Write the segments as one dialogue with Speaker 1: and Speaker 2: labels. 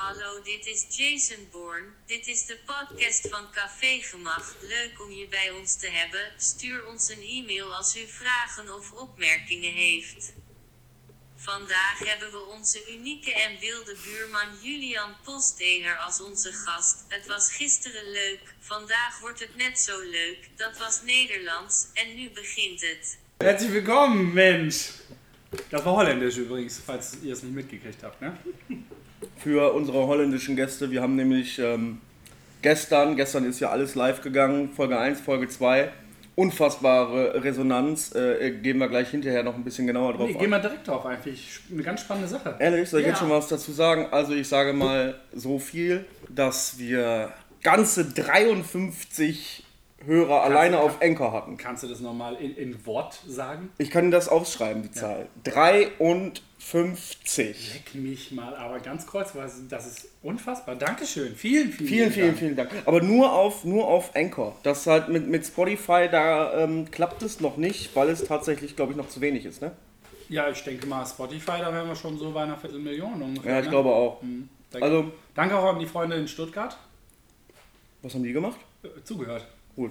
Speaker 1: Hallo, dit is Jason Bourne. Dit is de podcast van Café Gemach. Leuk om je bij ons te hebben. Stuur ons een e-mail als u vragen of opmerkingen heeft. Vandaag hebben we onze unieke en wilde buurman Julian Postener als onze gast. Het was gisteren leuk, vandaag wordt het net zo leuk. Dat was Nederlands en nu begint het.
Speaker 2: Herzlich willkommen, Mensch! Das war holländisch übrigens, falls ihr es nicht mitgekriegt habt, ne?
Speaker 3: für unsere holländischen Gäste. Wir haben nämlich ähm, gestern, gestern ist ja alles live gegangen, Folge 1, Folge 2. Unfassbare Resonanz. Äh, gehen wir gleich hinterher noch ein bisschen genauer drauf
Speaker 2: Nee, gehen
Speaker 3: ein.
Speaker 2: wir direkt drauf eigentlich. Eine ganz spannende Sache.
Speaker 3: Ehrlich, soll ich jetzt
Speaker 2: Ja.
Speaker 3: schon mal was dazu sagen? Also ich sage mal so viel, dass wir ganze 53 Hörer alleine auf Anchor hatten.
Speaker 2: Kannst du das nochmal in, in Wort sagen?
Speaker 3: Ich kann das aufschreiben, die Zahl. 53.
Speaker 2: Leck mich mal, aber ganz kurz, weil das ist unfassbar. Dankeschön. Vielen, vielen,
Speaker 3: Vielen, vielen,
Speaker 2: Dank.
Speaker 3: vielen Dank. Aber nur auf, nur auf Anchor. Das halt mit, mit Spotify, da ähm, klappt es noch nicht, weil es tatsächlich, glaube ich, noch zu wenig ist, ne?
Speaker 2: Ja, ich denke mal, Spotify, da wären wir schon so bei einer Viertelmillion ungefähr.
Speaker 3: Ja, ich
Speaker 2: ne?
Speaker 3: glaube auch.
Speaker 2: Danke.
Speaker 3: Also,
Speaker 2: Danke auch an die Freunde in Stuttgart.
Speaker 3: was haben die gemacht?
Speaker 2: Äh, Zugehört.
Speaker 3: Cool.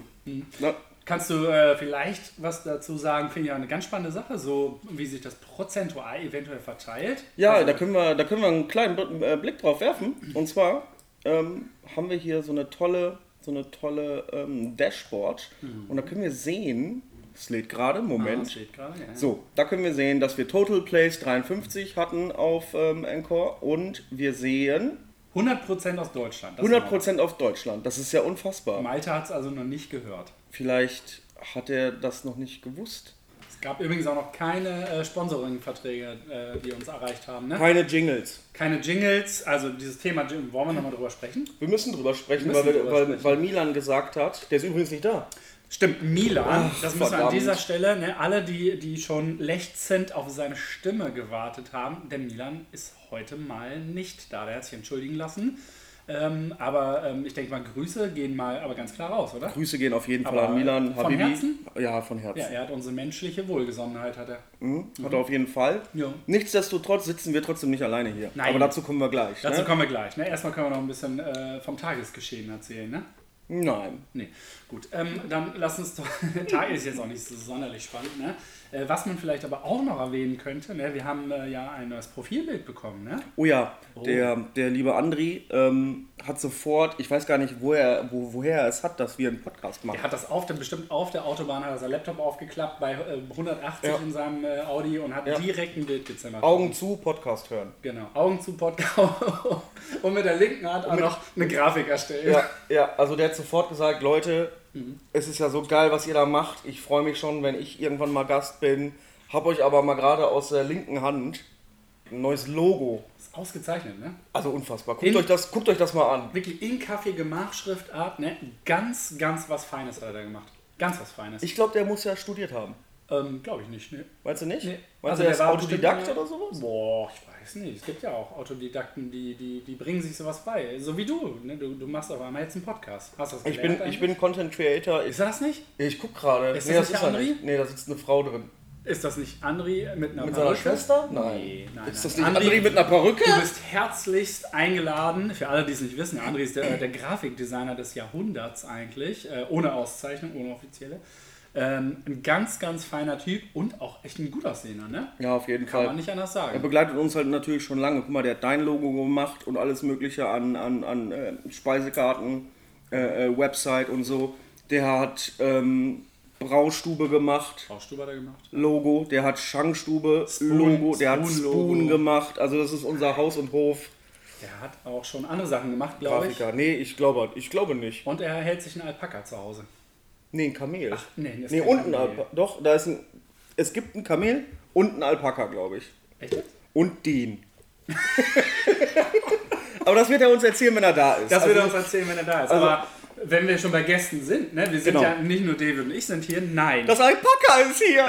Speaker 3: Na,
Speaker 2: Kannst du äh, vielleicht was dazu sagen? Finde ich ja eine ganz spannende Sache, so wie sich das prozentual eventuell verteilt. Also
Speaker 3: ja, da, können wir, da können wir einen kleinen Bl- äh, Blick drauf werfen. Und zwar ähm, haben wir hier so eine tolle, so eine tolle ähm, Dashboard. Und da können wir sehen, es lädt gerade,
Speaker 2: Ah,
Speaker 3: Moment.
Speaker 2: steht gerade, ja.
Speaker 3: So, da können wir sehen, dass wir Total Plays 53 hatten auf ähm, Anchor und wir sehen
Speaker 2: 100% aus Deutschland. Das
Speaker 3: 100% auf Deutschland. Das ist ja
Speaker 2: war-
Speaker 3: unfassbar.
Speaker 2: Malte hat es also noch nicht gehört.
Speaker 3: Vielleicht hat er das noch nicht gewusst.
Speaker 2: Es gab übrigens auch noch keine äh, Sponsoring-Verträge, äh, die uns erreicht haben. Ne?
Speaker 3: Keine Jingles.
Speaker 2: Keine Jingles, also dieses Thema Jing- wollen wir nochmal drüber sprechen?
Speaker 3: Wir müssen drüber sprechen,
Speaker 2: müssen
Speaker 3: weil, wir-
Speaker 2: drüber
Speaker 3: weil,
Speaker 2: sprechen.
Speaker 3: weil Milan gesagt hat, der ist übrigens nicht da.
Speaker 2: Stimmt, Milan,
Speaker 3: Ach,
Speaker 2: das müssen wir an
Speaker 3: verdammt.
Speaker 2: dieser Stelle, ne, alle, die, die schon lechzend auf seine Stimme gewartet haben, der Milan ist heute mal nicht da. Der hat sich entschuldigen lassen. Ähm, aber ähm, ich denke mal, Grüße gehen mal aber ganz klar raus, oder?
Speaker 3: Grüße gehen auf jeden Fall
Speaker 2: Aber
Speaker 3: an Milan.
Speaker 2: von Herzen?
Speaker 3: Ja, von Herzen.
Speaker 2: Ja, er hat unsere menschliche Wohlgesonnenheit, hat er.
Speaker 3: Mhm. Hat er auf jeden Fall.
Speaker 2: Ja.
Speaker 3: Nichtsdestotrotz sitzen wir trotzdem nicht alleine hier.
Speaker 2: Nein.
Speaker 3: Aber dazu kommen wir gleich.
Speaker 2: Dazu
Speaker 3: ne?
Speaker 2: kommen wir gleich. Ne? Erstmal können wir noch ein bisschen äh, vom Tagesgeschehen erzählen. Ne?
Speaker 3: Nein.
Speaker 2: Nee, gut. Ähm, dann lass uns doch. Tage ist jetzt auch nicht so sonderlich spannend. Ne? Äh, was man vielleicht aber auch noch erwähnen könnte: ne? Wir haben äh, ja ein neues Profilbild bekommen. Ne?
Speaker 3: Oh ja, Der, der liebe Andri ähm, hat sofort, ich weiß gar nicht, wo er, wo, woher er es hat, dass wir einen Podcast machen.
Speaker 2: Er hat das auf, der, bestimmt auf der Autobahn, hat er seinen Laptop aufgeklappt bei äh, 180
Speaker 3: Ja.
Speaker 2: in seinem äh, Audi und hat
Speaker 3: Ja.
Speaker 2: direkt ein Bild gezimmert.
Speaker 3: Augen zu, Podcast hören.
Speaker 2: Genau, Augen zu Podcast. und mit der linken hat er noch eine Grafik erstellt.
Speaker 3: Ja, ja, also der hat sofort gesagt, Leute,
Speaker 2: Mhm.
Speaker 3: es ist ja so geil, was ihr da macht. Ich freue mich schon, wenn ich irgendwann mal Gast bin. Hab euch aber mal gerade aus der linken Hand ein neues Logo.
Speaker 2: Ist ausgezeichnet, ne?
Speaker 3: Also unfassbar.
Speaker 2: In-
Speaker 3: Guckt, euch das, guckt euch das mal an.
Speaker 2: Wirklich in Kaffee-Gemach-Schriftart, ne? Ganz, ganz was Feines hat er da gemacht. Ganz was Feines.
Speaker 3: Ich glaube, der muss ja studiert haben.
Speaker 2: ähm, glaube ich nicht, ne?
Speaker 3: Meinst du nicht?
Speaker 2: Nee. Also
Speaker 3: Meinst du,
Speaker 2: der
Speaker 3: er ist
Speaker 2: war bestimmt
Speaker 3: Autodidakt
Speaker 2: einer-
Speaker 3: oder sowas?
Speaker 2: Boah, ich weiß nicht. Es gibt ja auch Autodidakten, die, die, die bringen sich sowas bei. So wie du, ne? Du, du machst auf einmal jetzt einen Podcast. Hast du das
Speaker 3: Ich
Speaker 2: gelernt?
Speaker 3: bin, ich
Speaker 2: eigentlich?
Speaker 3: bin Content Creator. Ich,
Speaker 2: Ist das nicht?
Speaker 3: ich guck gerade.
Speaker 2: Ist das nicht der
Speaker 3: er
Speaker 2: André?
Speaker 3: nicht. Nee, da sitzt eine Frau drin.
Speaker 2: Ist das nicht Andri mit einer
Speaker 3: Mit seiner
Speaker 2: Perücke?
Speaker 3: Schwester? Nein.
Speaker 2: Nee, nein,
Speaker 3: Ist das
Speaker 2: nein.
Speaker 3: nicht
Speaker 2: André-
Speaker 3: André mit einer Perücke?
Speaker 2: Du bist herzlichst eingeladen. Für alle, die es nicht wissen, André ist der, der Grafikdesigner des Jahrhunderts eigentlich. Äh, ohne Auszeichnung, ohne offizielle. Ähm, ein ganz, ganz feiner Typ und auch echt ein gut aussehender, ne?
Speaker 3: Ja, auf jeden
Speaker 2: Kann
Speaker 3: Fall.
Speaker 2: man nicht anders
Speaker 3: Er
Speaker 2: sagen.
Speaker 3: begleitet uns halt natürlich schon lange. Guck mal, der hat dein Logo gemacht und alles Mögliche an, an, an äh, Speisekarten, äh, äh, Website und so. Der hat ähm, Braustube gemacht,
Speaker 2: Brauchst du weiter gemacht?
Speaker 3: Logo. Der hat Schankstube,
Speaker 2: Spoon-
Speaker 3: Logo. Der hat
Speaker 2: Spoon-Logo.
Speaker 3: Spoon gemacht. Also, das ist unser Haus und Hof.
Speaker 2: Der hat auch schon andere Sachen gemacht, glaube ich.
Speaker 3: Grafiker. Nee, ich glaube, ich glaube nicht.
Speaker 2: Und er hält sich einen Alpaka zu Hause.
Speaker 3: Nee, ein Kamel.
Speaker 2: nee, das ist
Speaker 3: nee,
Speaker 2: kein
Speaker 3: unten.
Speaker 2: Kamel.
Speaker 3: Alpa Doch, da ist ein. Es gibt ein Kamel und ein Alpaka, glaube ich.
Speaker 2: Echt jetzt?
Speaker 3: Und Dean. Aber das wird er uns erzählen, wenn er da ist.
Speaker 2: Das wird er
Speaker 3: Also-
Speaker 2: uns erzählen, wenn er da ist.
Speaker 3: also-
Speaker 2: Aber wenn wir schon bei Gästen sind, ne? wir sind
Speaker 3: Genau.
Speaker 2: ja nicht nur David und ich sind hier, nein.
Speaker 3: Das Alpaka ist hier!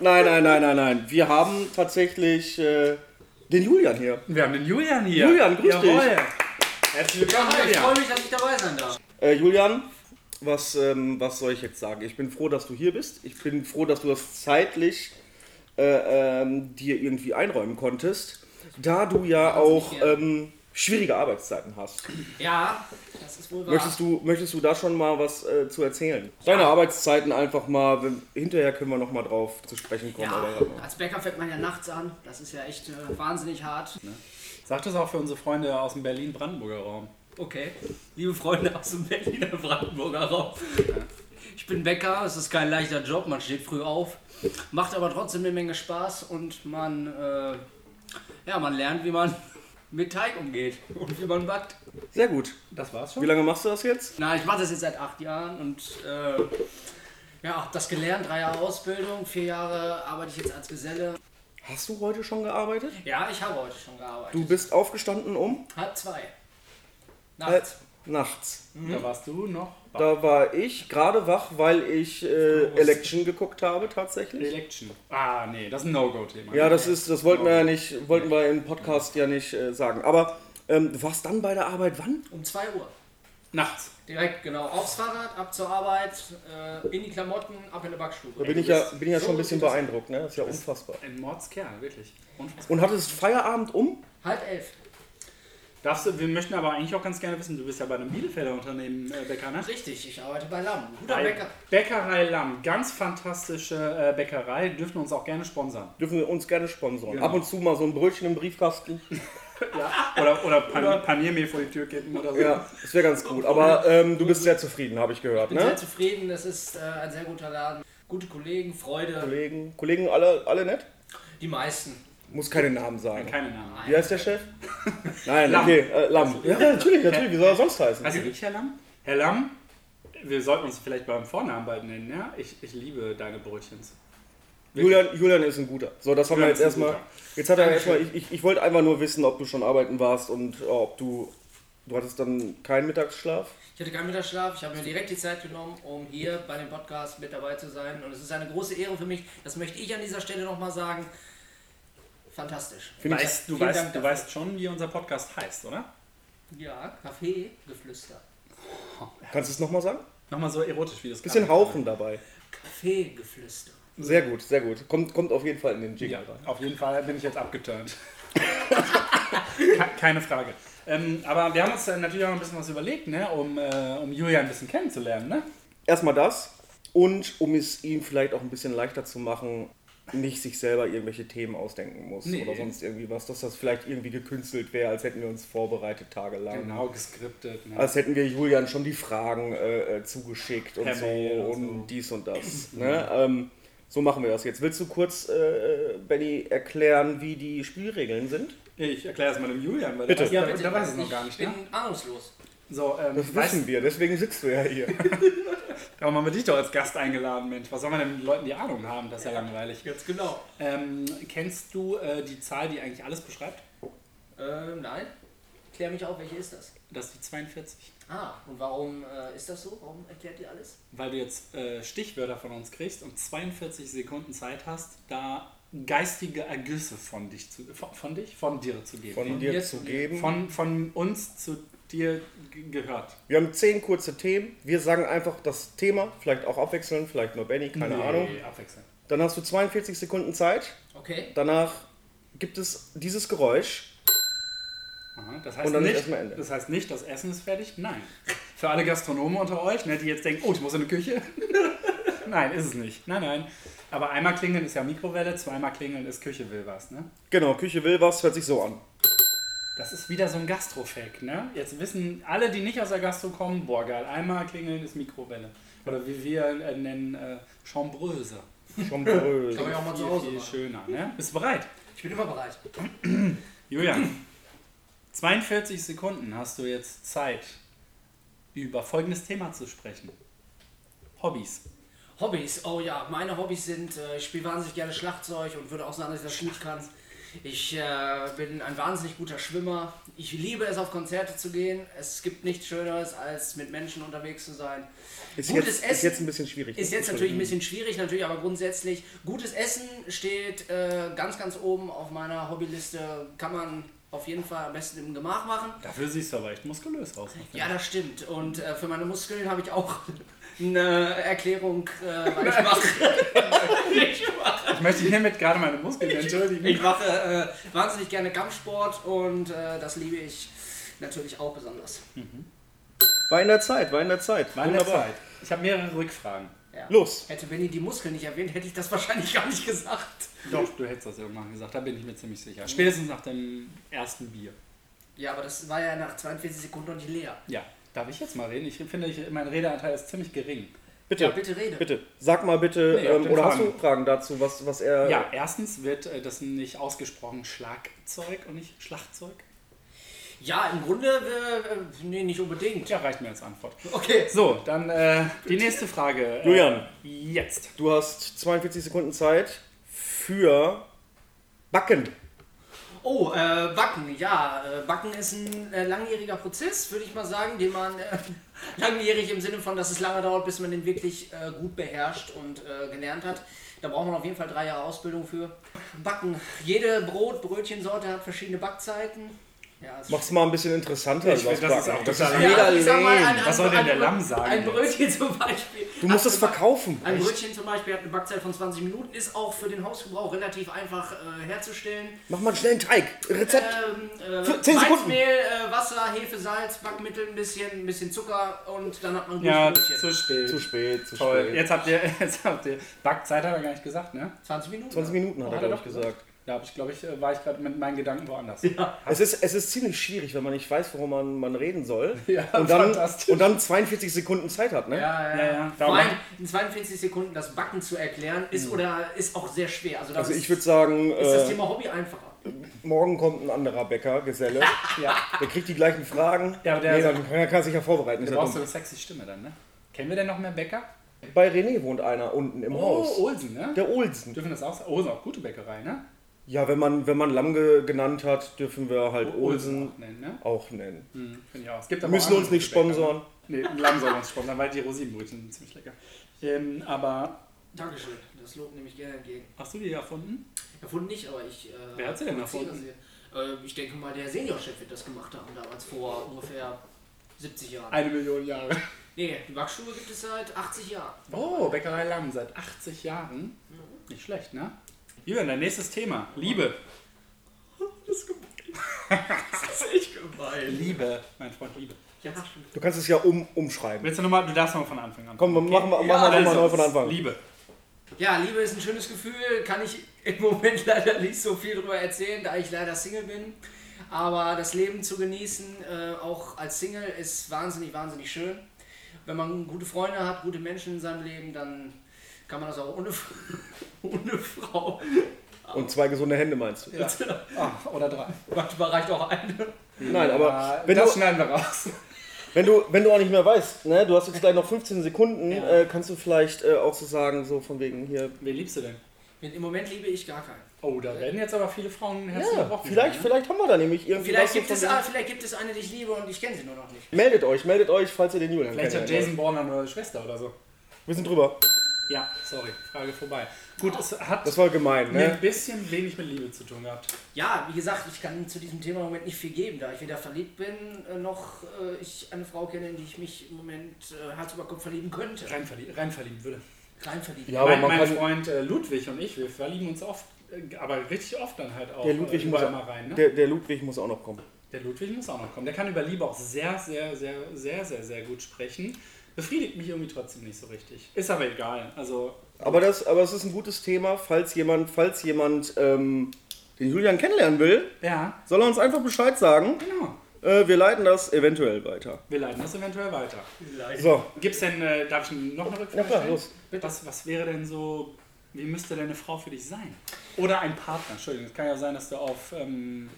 Speaker 3: nein, nein, nein, nein, nein. Wir haben tatsächlich äh, den Julian hier.
Speaker 2: wir haben den Julian hier.
Speaker 3: Julian, grüß dich.
Speaker 2: Herzlich willkommen,
Speaker 4: Hi, ich
Speaker 2: Julian.
Speaker 4: freue mich, dass ich dabei sein darf.
Speaker 3: Äh, Julian, was, ähm, was soll ich jetzt sagen? Ich bin froh, dass du hier bist. Ich bin froh, dass du das zeitlich äh, ähm, dir irgendwie einräumen konntest. da du ja auch ähm, schwierige Arbeitszeiten hast,
Speaker 4: Ja, das ist wohl wahr.
Speaker 3: möchtest du, möchtest du da schon mal was äh, zu erzählen? Deine Arbeitszeiten einfach mal, wenn- hinterher können wir nochmal drauf zu sprechen kommen.
Speaker 4: ja,
Speaker 3: aber-
Speaker 4: als Bäcker fängt man ja nachts an. Das ist ja echt äh, wahnsinnig hart.
Speaker 2: Sagt es auch für unsere Freunde aus dem Berlin-Brandenburger Raum.
Speaker 4: Okay, liebe Freunde aus dem Berliner Brandenburger Raum. Ich bin Bäcker, es ist kein leichter Job, man steht früh auf, macht aber trotzdem eine Menge Spaß und man, äh, ja, man lernt, wie man mit Teig umgeht und wie man backt.
Speaker 3: Sehr gut.
Speaker 2: Das war's
Speaker 3: Wie
Speaker 2: schon?
Speaker 3: lange machst du das jetzt?
Speaker 4: Na, ich mache das jetzt seit acht Jahren und äh, ja, hab das gelernt, drei Jahre Ausbildung, vier Jahre arbeite ich jetzt als Geselle.
Speaker 3: Hast du heute schon gearbeitet?
Speaker 4: Ja, ich habe heute schon gearbeitet.
Speaker 3: Du bist aufgestanden um
Speaker 4: Halb zwei.
Speaker 3: äh,
Speaker 4: Nachts.
Speaker 3: nachts.
Speaker 2: Da warst du noch bei
Speaker 3: Da war ich gerade wach, weil ich äh, Election geguckt habe tatsächlich.
Speaker 2: Election. Ah, nee, das ist ein No-Go-Thema.
Speaker 3: Ja, das ist, das wollten wir ja nicht, wollten wir im Podcast ja nicht äh, sagen. Aber ähm, du warst dann bei der Arbeit wann?
Speaker 4: Um zwei Uhr.
Speaker 2: Nachts.
Speaker 4: Direkt, genau. Aufs Fahrrad, ab zur Arbeit, äh, in die Klamotten, ab in die Backstube.
Speaker 3: Da bin ich ja, bin ich ja schon ein bisschen beeindruckt, ne? Das ist ja unfassbar.
Speaker 2: Ein Mordskerl, wirklich. Unfassbar.
Speaker 3: Und hattest Feierabend um?
Speaker 4: Halb elf.
Speaker 2: Darfst du, wir möchten aber eigentlich auch ganz gerne wissen, du bist ja bei einem Bielefelder Unternehmen, äh, Bäcker, ne?
Speaker 4: Richtig, ich arbeite bei Lamm. Guter
Speaker 2: Bei
Speaker 4: Bäcker.
Speaker 2: Bäckerei Lamm, ganz fantastische äh, Bäckerei, dürfen uns auch gerne sponsern.
Speaker 3: Dürfen wir uns gerne sponsoren.
Speaker 2: Genau.
Speaker 3: Ab und zu mal so ein Brötchen im Briefkasten.
Speaker 2: Oder, oder, Pan Paniermehl vor die Tür kippen oder so.
Speaker 3: Ja, das wäre ganz gut. Aber ähm, du bist sehr zufrieden, habe ich gehört,
Speaker 4: Bin sehr
Speaker 3: ne?
Speaker 4: zufrieden, das ist äh, ein sehr guter Laden. Gute Kollegen, Freude.
Speaker 3: Kollegen, Kollegen alle, alle nett?
Speaker 4: Die meisten.
Speaker 3: Muss keine Namen sagen.
Speaker 2: Keine
Speaker 4: Ah.
Speaker 2: Namen.
Speaker 3: Wie heißt der Chef? Nein,
Speaker 2: Lamm.
Speaker 3: okay, äh, Lamm. Ja, natürlich, natürlich. Wie soll er sonst heißen?
Speaker 2: Also ich, Herr Lamm? Herr Lamm, wir sollten uns vielleicht beim Vornamen bald nennen, ja? Ich, ich liebe deine Brötchens.
Speaker 3: Julian, Julian ist ein guter. So, das haben wir
Speaker 2: Julian ist
Speaker 3: jetzt
Speaker 2: ein
Speaker 3: erstmal.
Speaker 2: guter.
Speaker 3: Jetzt hat er erstmal. Ich, ich, ich wollte einfach nur wissen, ob du schon arbeiten warst und äh, ob du. Du hattest dann keinen Mittagsschlaf.
Speaker 4: Ich hatte keinen Mittagsschlaf, ich habe mir direkt die Zeit genommen, um hier bei dem Podcast mit dabei zu sein. Und es ist eine große Ehre für mich, das möchte ich an dieser Stelle nochmal sagen. Fantastisch.
Speaker 2: Du
Speaker 3: ich-
Speaker 2: weißt, du
Speaker 4: vielen
Speaker 2: weißt,
Speaker 4: Dank
Speaker 2: du
Speaker 4: dafür.
Speaker 2: weißt schon, wie unser Podcast heißt, oder?
Speaker 4: Ja, Kaffee, Geflüster.
Speaker 3: Kannst du es nochmal sagen?
Speaker 2: Nochmal so erotisch wie das
Speaker 3: Bisschen Hauchen dabei.
Speaker 4: Kaffee, Geflüster.
Speaker 3: Sehr gut, sehr gut. Kommt, kommt auf jeden Fall in den Jingle
Speaker 2: Ja,
Speaker 3: rein.
Speaker 2: auf jeden Fall bin ich jetzt abgeturnt. Ke- Keine Frage. Ähm, aber wir haben uns dann natürlich auch ein bisschen was überlegt, ne? um, äh, um Julian ein bisschen kennenzulernen. Ne?
Speaker 3: Erstmal das. Und um es ihm vielleicht auch ein bisschen leichter zu machen, nicht sich selber irgendwelche Themen ausdenken muss
Speaker 2: Nee.
Speaker 3: oder sonst irgendwie was, dass das vielleicht irgendwie gekünstelt wäre, als hätten wir uns vorbereitet tagelang.
Speaker 2: Genau, geskriptet. Ne?
Speaker 4: Also
Speaker 3: Als hätten wir Julian schon die Fragen äh, äh, zugeschickt und
Speaker 2: Per
Speaker 3: so
Speaker 2: Mail und
Speaker 3: und dies und das. ne? ähm, so machen wir das jetzt. Willst du kurz, äh, äh, Benny, erklären, wie die Spielregeln sind?
Speaker 2: ich erkläre es mal dem Julian, weil der,
Speaker 3: Bitte.
Speaker 2: weiß-
Speaker 4: Ja,
Speaker 2: der,
Speaker 4: bitte.
Speaker 2: der weiß es noch gar nicht.
Speaker 4: Ich
Speaker 2: Ne?
Speaker 4: bin ahnungslos.
Speaker 2: So, ähm,
Speaker 3: Das
Speaker 2: weißt,
Speaker 3: wissen wir, deswegen sitzt du ja hier.
Speaker 2: darum haben wir dich doch als Gast eingeladen, Mensch. Was soll man denn mit Leuten, die Ahnung haben? Das ist ja langweilig.
Speaker 4: Ganz genau.
Speaker 2: Ähm, kennst du äh, die Zahl, die eigentlich alles beschreibt?
Speaker 4: Ähm, nein. Klär mich auf, welche ist das?
Speaker 2: Das ist die 42.
Speaker 4: Ah, und warum äh, ist das so? Warum erklärt ihr alles?
Speaker 2: Weil du jetzt äh, Stichwörter von uns kriegst und 42 Sekunden Zeit hast, da geistige Ergüsse von dich zu, von, von dich, von dir zu geben.
Speaker 3: Von dir
Speaker 4: jetzt-
Speaker 3: zu geben.
Speaker 2: Von, von uns zu dir ge- gehört.
Speaker 3: Wir haben zehn kurze Themen. Wir sagen einfach das Thema, vielleicht auch abwechselnd, vielleicht nur Benny, keine
Speaker 2: Nee,
Speaker 3: Ahnung.
Speaker 2: Abwechseln.
Speaker 3: Dann hast du 42 Sekunden Zeit.
Speaker 4: Okay.
Speaker 3: Danach gibt es dieses Geräusch.
Speaker 2: Aha, das heißt,
Speaker 3: Und dann ist
Speaker 2: nicht,
Speaker 3: erstmal Ende.
Speaker 2: das heißt nicht, das Essen ist fertig. Nein. Für alle Gastronomen unter euch, ne, die jetzt denken, oh, ich muss in die Küche. nein, ist es nicht. Nein, nein. Aber einmal klingeln ist ja Mikrowelle, zweimal klingeln ist Küche will was. Ne?
Speaker 3: Genau, Küche will was, hört sich so an.
Speaker 2: Das ist wieder so ein Gastro-Fact, ne? Jetzt wissen alle, die nicht aus der Gastro kommen, boah geil, einmal klingeln ist Mikrowelle. Oder wie wir äh, nennen, äh, Chambreuse.
Speaker 3: Chambreuse.
Speaker 4: Kann man ja auch mal zu
Speaker 2: Viel,
Speaker 4: Hause
Speaker 2: viel
Speaker 4: machen.
Speaker 2: schöner, ne? Bist du bereit?
Speaker 4: Ich bin immer bereit.
Speaker 2: Julian, 42 Sekunden hast du jetzt Zeit, über folgendes Thema zu sprechen. Hobbys.
Speaker 4: Hobbys. Oh ja, meine Hobbys sind, äh, ich spiele wahnsinnig gerne Schlagzeug und würde auch sagen, dass ich das gut kann. Ich äh, bin ein wahnsinnig guter Schwimmer. Ich liebe es, auf Konzerte zu gehen. Es gibt nichts Schöneres, als mit Menschen unterwegs zu sein.
Speaker 3: Ist
Speaker 4: Gutes
Speaker 3: jetzt, ist
Speaker 4: Essen.
Speaker 3: jetzt ein bisschen schwierig.
Speaker 4: Ist jetzt natürlich ein bisschen schwierig, natürlich, aber grundsätzlich gutes Essen steht äh, ganz, ganz oben auf meiner Hobbyliste. Kann man auf jeden Fall am besten im Gemach machen.
Speaker 2: Dafür siehst du aber echt muskulös aus. ne?
Speaker 4: Ja, das stimmt. Und äh, für meine Muskeln habe ich auch eine Erklärung, äh, weil ich mache. ich mache
Speaker 2: Ich möchte hiermit gerade meine Muskeln entschuldigen.
Speaker 4: Ich mache äh, wahnsinnig gerne Kampfsport und äh, das liebe ich natürlich auch besonders.
Speaker 3: War in der Zeit, war in der Zeit.
Speaker 2: War in der Zeit. Ich habe mehrere Rückfragen.
Speaker 4: Ja.
Speaker 3: Los.
Speaker 4: Hätte Benny die Muskeln nicht erwähnt, hätte ich das wahrscheinlich gar nicht gesagt.
Speaker 2: Doch, du hättest das irgendwann gesagt, da bin ich mir ziemlich sicher. Spätestens nach dem ersten Bier.
Speaker 4: Ja, aber das war ja nach 42 Sekunden noch nicht leer.
Speaker 2: Ja, darf ich jetzt mal reden? Ich finde, ich, mein Redeanteil ist ziemlich gering.
Speaker 3: Bitte,
Speaker 4: Ja,
Speaker 3: bitte,
Speaker 4: bitte rede.
Speaker 3: Sag mal bitte,
Speaker 2: Nee, auf
Speaker 3: ähm,
Speaker 2: den
Speaker 3: oder
Speaker 2: Fang.
Speaker 3: hast du Fragen dazu, was, was er.
Speaker 2: Ja, erstens wird äh, das nicht ausgesprochen Schlagzeug und nicht Schlagzeug.
Speaker 4: Ja, im Grunde, äh, äh, nee, nicht unbedingt.
Speaker 2: Ja, reicht mir als Antwort.
Speaker 4: Okay.
Speaker 2: So, dann äh, die nächste Frage. Äh,
Speaker 3: Julian.
Speaker 2: Jetzt.
Speaker 3: Du hast 42 Sekunden Zeit für Backen.
Speaker 4: Oh, äh, Backen, ja. Äh, Backen ist ein äh, langjähriger Prozess, würde ich mal sagen, den man äh, langjährig im Sinne von, dass es lange dauert, bis man den wirklich äh, gut beherrscht und äh, gelernt hat. Da braucht man auf jeden Fall drei Jahre Ausbildung für. Backen. Jede Brot, Brötchensorte hat verschiedene Backzeiten. Ja, es
Speaker 3: Mach's mal ein bisschen interessanter.
Speaker 2: Ich
Speaker 3: übers
Speaker 2: finde, das ist
Speaker 3: Backen.
Speaker 2: auch total
Speaker 4: Ja,
Speaker 3: mega
Speaker 4: also ich sag mal,
Speaker 3: lame.
Speaker 4: ein- ein-
Speaker 2: Was soll denn
Speaker 4: ein-
Speaker 2: der Lamm sagen
Speaker 4: Ein
Speaker 2: jetzt?
Speaker 4: Brötchen zum Beispiel.
Speaker 3: Du musst es verkaufen.
Speaker 4: Ein
Speaker 3: Echt?
Speaker 4: Brötchen zum Beispiel hat eine Backzeit von 20 Minuten, ist auch für den Hausgebrauch relativ einfach äh, herzustellen.
Speaker 3: Mach mal schnell einen Teig. Rezept.
Speaker 4: Ähm, äh,
Speaker 3: Für- zehn Sekunden.
Speaker 4: Malzmehl, äh, Wasser, Hefe, Salz, Backmittel, ein bisschen, ein bisschen Zucker und dann hat man ein gutes
Speaker 2: Ja,
Speaker 4: Brötchen.
Speaker 2: zu spät.
Speaker 3: zu spät, zu
Speaker 2: Toll.
Speaker 3: spät.
Speaker 2: Jetzt habt ihr, jetzt habt ihr. Backzeit hat er gar nicht gesagt, ne?
Speaker 4: 20 Minuten.
Speaker 3: 20 Minuten hat
Speaker 2: Hat
Speaker 3: er,
Speaker 2: er
Speaker 3: glaube
Speaker 2: doch
Speaker 3: ich, gesagt.
Speaker 2: Ja, aber ich glaube, ich äh, war ich gerade mit meinen Gedanken woanders.
Speaker 3: Es ist, es ist ziemlich schwierig, wenn man nicht weiß, worum man, man reden soll.
Speaker 2: Ja,
Speaker 3: und, dann,
Speaker 2: fantastisch.
Speaker 3: und dann 42 Sekunden Zeit hat, ne?
Speaker 4: Ja,
Speaker 2: Ja,
Speaker 4: ja,
Speaker 2: ja.
Speaker 4: ja. Vor allem in 42 Sekunden das Backen zu erklären, ist oder ist auch sehr schwer. Also, das
Speaker 3: Mhm. Also
Speaker 4: ist-
Speaker 3: ich würde sagen,
Speaker 4: ist das
Speaker 3: äh,
Speaker 4: Thema Hobby einfacher.
Speaker 3: morgen kommt ein anderer Bäcker, Geselle.
Speaker 2: Ja.
Speaker 3: Der kriegt die gleichen Fragen.
Speaker 2: Ja, aber der-
Speaker 3: nee, dann kann er kann sich ja vorbereiten. Ist
Speaker 2: Du
Speaker 3: ja
Speaker 2: brauchst so
Speaker 3: dumm.
Speaker 2: eine sexy Stimme dann, ne? Kennen wir denn noch mehr Bäcker?
Speaker 3: Bei René wohnt einer unten im Haus.
Speaker 2: Oh, Olsen, ne?
Speaker 3: Der Olsen.
Speaker 2: Dürfen das auch sagen? Olsen, auch gute Bäckerei, ne?
Speaker 3: Ja, wenn man, wenn man Lamm ge- genannt hat, dürfen wir halt
Speaker 2: Oh,
Speaker 3: Olsen
Speaker 2: auch nennen, ne?
Speaker 3: auch nennen.
Speaker 2: Finde ich auch. Es gibt aber
Speaker 3: Müssen
Speaker 2: auch
Speaker 3: uns nicht
Speaker 2: andere gute
Speaker 3: sponsoren.
Speaker 2: Bäcker, ne? Nee, Lamm soll uns sponsern, weil die Rosinenbrötchen sind ziemlich lecker. Ähm, aber
Speaker 4: Dankeschön. Das Lob nehme ich gerne entgegen.
Speaker 2: hast du die erfunden?
Speaker 4: Erfunden nicht, aber ich. Äh,
Speaker 2: Wer hat sie denn
Speaker 4: produziere
Speaker 2: erfunden?
Speaker 4: sie. Äh, ich denke mal, der Seniorchef wird das gemacht haben, damals vor ungefähr 70 Jahren.
Speaker 2: Eine Million Jahre.
Speaker 4: nee, die Backstube gibt es seit 80 Jahren.
Speaker 2: Oh, Bäckerei Lamm seit 80 Jahren. Nicht schlecht, ne? Julian, dein nächstes Thema. Liebe.
Speaker 4: Das ist gemein. das ist echt gemein.
Speaker 2: Liebe, Äh, mein Freund, Liebe.
Speaker 4: Ja,
Speaker 3: Du kannst es ja um, umschreiben.
Speaker 2: Willst du nochmal, du darfst nochmal von Anfang an.
Speaker 3: Komm, wir machen wir, machen
Speaker 4: Ja,
Speaker 3: wir nochmal
Speaker 2: Also,
Speaker 3: neu von Anfang.
Speaker 2: Liebe.
Speaker 4: ja, Liebe ist ein schönes Gefühl. Kann ich im Moment leider nicht so viel drüber erzählen, da ich leider Single bin. Aber das Leben zu genießen, äh, auch als Single, ist wahnsinnig, wahnsinnig schön. Wenn man gute Freunde hat, gute Menschen in seinem Leben, dann kann man das auch ohne, ohne Frau
Speaker 3: Und zwei gesunde Hände meinst du?
Speaker 2: Ah, oder drei.
Speaker 4: Manchmal reicht auch eine.
Speaker 3: Nein, aber
Speaker 2: Ah,
Speaker 3: wenn
Speaker 2: das
Speaker 3: du,
Speaker 2: schneiden wir raus.
Speaker 3: wenn, du, wenn du auch nicht mehr weißt, ne, du hast jetzt gleich noch 15 Sekunden, äh, kannst du vielleicht äh, auch so sagen, so von wegen hier.
Speaker 2: Wen liebst du denn?
Speaker 4: Im Moment liebe ich gar keinen.
Speaker 2: Oh, da werden jetzt aber viele Frauen herzlich
Speaker 3: Ja,
Speaker 2: gebrochen.
Speaker 3: vielleicht,
Speaker 2: ne?
Speaker 3: vielleicht haben wir da nämlich irgendwie. was
Speaker 4: Vielleicht
Speaker 3: so
Speaker 4: gibt,
Speaker 3: von
Speaker 4: es,
Speaker 3: wegen-
Speaker 4: ah, vielleicht gibt es eine, die ich liebe und ich kenne sie nur noch nicht.
Speaker 3: Meldet euch, meldet euch, falls ihr den Julian
Speaker 2: Vielleicht hat
Speaker 3: kennt.
Speaker 2: Jason Bourne eine neue Schwester oder so.
Speaker 3: Wir sind drüber.
Speaker 2: Ja, sorry, Frage vorbei. Gut, es hat
Speaker 3: Das war gemein,
Speaker 2: mir
Speaker 3: ne?
Speaker 2: ein bisschen wenig mit Liebe zu tun gehabt.
Speaker 4: Ja, wie gesagt, ich kann zu diesem Thema im Moment nicht viel geben, da ich weder verliebt bin, äh, noch äh, ich eine Frau kenne, in die ich mich im Moment äh, Hals über Kopf verlieben könnte.
Speaker 2: Rein, verlie rein verlieben würde.
Speaker 4: Rein verlieben.
Speaker 3: Ja, aber
Speaker 2: mein
Speaker 3: man
Speaker 2: mein
Speaker 3: kann.
Speaker 2: Freund äh, Ludwig und ich, wir verlieben uns oft, äh, aber richtig oft dann halt auch.
Speaker 3: Der Ludwig,
Speaker 2: äh,
Speaker 3: muss,
Speaker 2: überall mal rein, ne? der,
Speaker 3: der, der Ludwig muss auch noch kommen.
Speaker 2: Ludwig muss auch noch kommen. Der kann über Liebe auch sehr, sehr, sehr, sehr, sehr, sehr gut sprechen. Befriedigt mich irgendwie trotzdem nicht so richtig. Ist aber egal. Also,
Speaker 3: Aber, das, aber es ist ein gutes Thema, falls jemand, falls jemand ähm, den Julian kennenlernen will,
Speaker 2: ja,
Speaker 3: soll er uns einfach Bescheid sagen.
Speaker 2: genau.
Speaker 3: Äh, wir leiten das eventuell weiter.
Speaker 2: Wir leiten das eventuell weiter.
Speaker 3: So,
Speaker 2: Gibt's denn, äh, darf ich noch eine Rückfrage
Speaker 3: Na klar,
Speaker 2: stellen?
Speaker 3: los.
Speaker 2: Was, was wäre denn so, wie müsste denn eine Frau für dich sein? Oder ein Partner, Entschuldigung, es kann ja sein, dass du auf, ähm,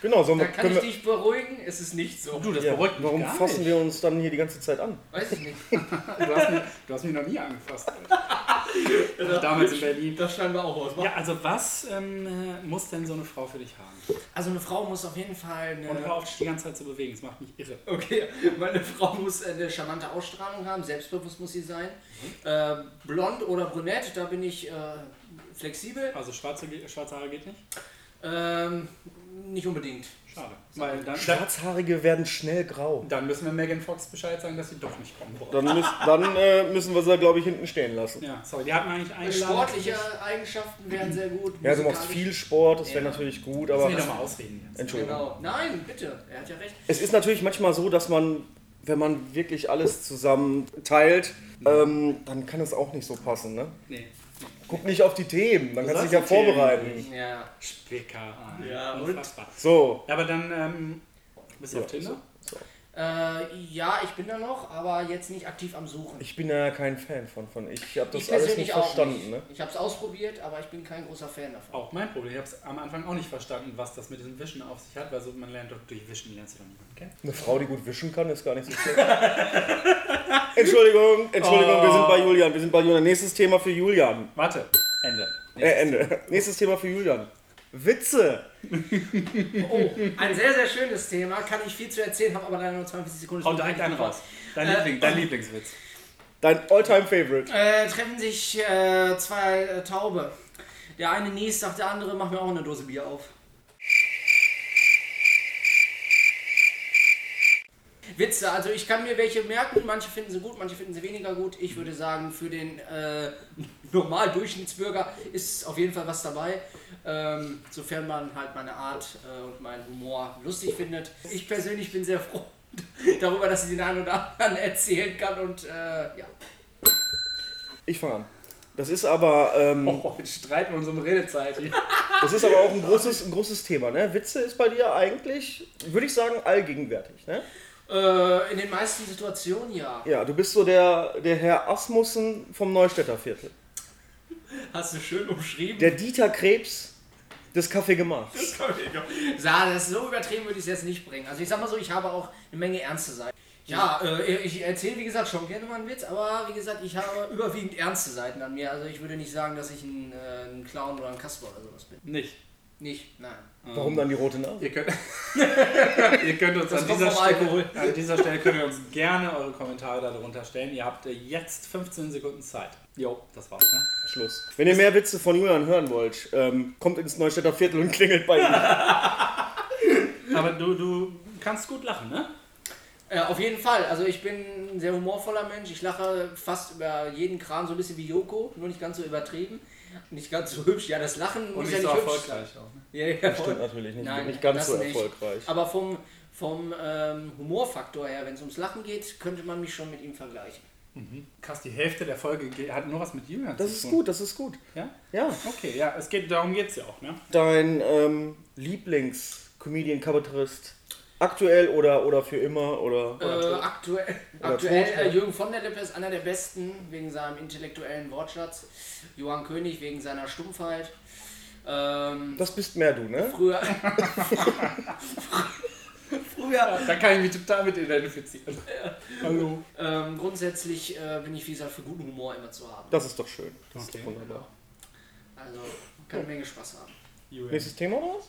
Speaker 3: genau, sollen
Speaker 4: Da
Speaker 3: wir,
Speaker 4: kann
Speaker 3: können
Speaker 4: ich
Speaker 3: wir,
Speaker 4: dich beruhigen, es ist nicht so.
Speaker 2: du, das
Speaker 3: ja,
Speaker 2: beruhigt mich
Speaker 3: Warum
Speaker 2: gar
Speaker 3: fassen
Speaker 2: nicht.
Speaker 3: wir uns dann hier die ganze Zeit an?
Speaker 4: Weiß ich nicht.
Speaker 2: Du hast, mich, du hast mich noch nie angefasst. Ach, damals in Berlin.
Speaker 4: Das schneiden wir auch aus.
Speaker 2: Ja, also was ähm, äh, muss denn so eine Frau für dich haben?
Speaker 4: Also eine Frau muss auf jeden Fall
Speaker 2: Und hör
Speaker 4: eine,
Speaker 2: auf, dich die ganze Zeit zu bewegen, das macht mich irre.
Speaker 4: okay, meine Frau muss eine charmante Ausstrahlung haben, selbstbewusst muss sie sein.
Speaker 3: Mhm.
Speaker 4: Äh, blond oder brünett, da bin ich äh, flexibel.
Speaker 2: Also schwarze, Ge- schwarze Haare geht nicht?
Speaker 4: Ähm, nicht unbedingt.
Speaker 2: Schade. Weil dann,
Speaker 3: Schwarzhaarige werden schnell grau.
Speaker 2: dann müssen wir Megan Fox Bescheid sagen, dass sie doch nicht kommen wollen.
Speaker 5: Dann, müß, dann äh, müssen wir sie, glaube ich, hinten stehen lassen.
Speaker 2: Ja, sorry, die hatten eigentlich eingeladen.
Speaker 4: Sportliche Eigenschaften wären sehr gut.
Speaker 3: Ja, du machst
Speaker 4: musikalisch-
Speaker 3: viel Sport, das wäre
Speaker 4: Ja.
Speaker 3: natürlich gut,
Speaker 2: Lass
Speaker 3: aber
Speaker 2: mich doch mal ausreden jetzt.
Speaker 3: Entschuldigung.
Speaker 4: Genau. Nein, bitte. Er hat ja recht.
Speaker 3: Es ist natürlich manchmal so, dass man, wenn man wirklich alles zusammen teilt, ähm, dann kann es auch nicht so passen. Ne?
Speaker 2: Nee.
Speaker 3: Guck nicht auf die Themen, dann kannst du dich ja
Speaker 2: sagst die
Speaker 3: vorbereiten.
Speaker 4: Ja.
Speaker 2: Spicker.
Speaker 4: Ja, und?
Speaker 2: Unfassbar.
Speaker 3: So,
Speaker 2: Ja, aber dann ähm, bist du auf Tinder?
Speaker 4: Äh, ja, ich bin da noch, aber jetzt nicht aktiv am Suchen.
Speaker 3: ich bin ja kein Fan von. von. Ich habe das
Speaker 4: Ich
Speaker 3: alles nicht
Speaker 4: auch
Speaker 3: verstanden.
Speaker 4: nicht.
Speaker 3: Ne?
Speaker 4: Ich habe es ausprobiert, aber ich bin kein großer Fan davon.
Speaker 2: Auch mein Problem. Ich habe es am Anfang auch nicht verstanden, was das mit diesem Wischen auf sich hat, weil so, man lernt doch durch Wischen lernst du doch niemanden kennen.
Speaker 3: Eine Frau, die gut wischen kann, ist gar nicht so schlecht. Entschuldigung, Entschuldigung, wir sind bei Julian. Wir sind bei Julian. Nächstes Thema für Julian.
Speaker 2: Warte. Ende.
Speaker 3: Äh, Ende. Nächstes Thema für Julian. Witze.
Speaker 4: Oh, ein sehr, sehr schönes Thema. Kann ich viel zu erzählen, habe aber leider nur 42 Sekunden.
Speaker 2: Hau direkt einen raus. Dein,
Speaker 4: Äh,
Speaker 2: Liebling, dein Lieblingswitz.
Speaker 3: Dein alltime favorite
Speaker 4: Äh, treffen sich äh, zwei äh, Taube. Der eine niest, sagt der andere, mach mir auch eine Dose Bier auf. Witze, also ich kann mir welche merken, manche finden sie gut, manche finden sie weniger gut. Ich würde sagen, für den äh, normal Durchschnittsbürger ist auf jeden Fall was dabei, ähm, sofern man halt meine Art äh, und meinen Humor lustig findet. Ich persönlich bin sehr froh darüber, dass ich den einen oder anderen erzählen kann und äh, ja.
Speaker 3: Ich fange an. Das ist aber, ähm,
Speaker 2: Oh, jetzt streiten wir uns um Redezeit. hier.
Speaker 3: das ist aber auch ein großes, ein großes Thema. Ne? Witze ist bei dir eigentlich, würde ich sagen, allgegenwärtig. Ne?
Speaker 4: Äh, in den meisten Situationen ja.
Speaker 3: Ja, du bist so der, der Herr Asmussen vom Neustädter Viertel.
Speaker 4: Hast du schön umschrieben.
Speaker 3: Der Dieter Krebs des Kaffee gemacht.
Speaker 4: Ja, das ist so übertrieben würde ich es jetzt nicht bringen. Also ich sag mal so, ich habe auch eine Menge ernste Seiten. Ja, äh, ich erzähle wie gesagt schon gerne mal einen Witz, aber wie gesagt, ich habe überwiegend ernste Seiten an mir. Also ich würde nicht sagen, dass ich ein, äh, ein Clown oder ein Kasper oder sowas bin.
Speaker 2: Nicht.
Speaker 4: Nicht, nein.
Speaker 3: Warum dann die rote Nase?
Speaker 2: Ihr könnt, ihr könnt uns an
Speaker 4: kommt
Speaker 2: dieser,
Speaker 4: vom
Speaker 2: Stelle,
Speaker 4: Alkohol.
Speaker 2: an dieser Stelle könnt ihr uns gerne eure Kommentare darunter stellen. Ihr habt äh, jetzt 15 Sekunden Zeit. Jo, das war's, ne?
Speaker 3: Schluss. Wenn ihr mehr Witze von Julian hören wollt, ähm, kommt ins Neustädter Viertel und klingelt bei ihm.
Speaker 2: Aber du, du kannst gut lachen, ne?
Speaker 4: Äh, auf jeden Fall, also ich bin ein sehr humorvoller Mensch. Ich lache fast über jeden Kram so ein bisschen wie Joko, nur nicht ganz so übertrieben. Nicht ganz so hübsch. Ja, das Lachen muss ja nicht hübsch sein.
Speaker 2: auch. Ne?
Speaker 4: Ja, ja, voll.
Speaker 3: Stimmt natürlich nicht,
Speaker 4: Nein,
Speaker 3: nicht ganz
Speaker 4: das
Speaker 3: so
Speaker 4: nicht.
Speaker 3: erfolgreich.
Speaker 4: Aber vom, vom ähm, Humorfaktor her, wenn es ums Lachen geht, könnte man mich schon mit ihm vergleichen.
Speaker 2: Krass, die Hälfte der Folge ge- hat nur was mit Julian
Speaker 3: Das
Speaker 2: zu
Speaker 3: ist
Speaker 2: tun.
Speaker 3: gut, das ist gut.
Speaker 2: Ja?
Speaker 3: Ja.
Speaker 2: Okay, ja, es geht, darum geht's ja auch, ne?
Speaker 3: Dein ähm, Lieblings-Comedian-Kabarettist aktuell oder, oder für immer oder,
Speaker 4: Äh,
Speaker 3: oder tot?
Speaker 4: aktuell
Speaker 3: Oder
Speaker 4: aktuell
Speaker 3: tot,
Speaker 4: äh,
Speaker 3: ja.
Speaker 4: Jürgen von der Lippe ist einer der besten wegen seinem intellektuellen Wortschatz. Johann König wegen seiner Stumpfheit. Ähm,
Speaker 3: Das bist mehr du, ne?
Speaker 4: früher. früher.
Speaker 2: Da kann ich mich total mit identifizieren. Hallo.
Speaker 4: Ähm, grundsätzlich äh, bin ich, wie gesagt, für guten Humor immer zu haben.
Speaker 3: Das ist doch schön. Das ist
Speaker 2: Okay.
Speaker 3: doch wunderbar.
Speaker 4: Also kann eine Menge Spaß haben.
Speaker 2: Julian.
Speaker 3: Nächstes Thema oder was?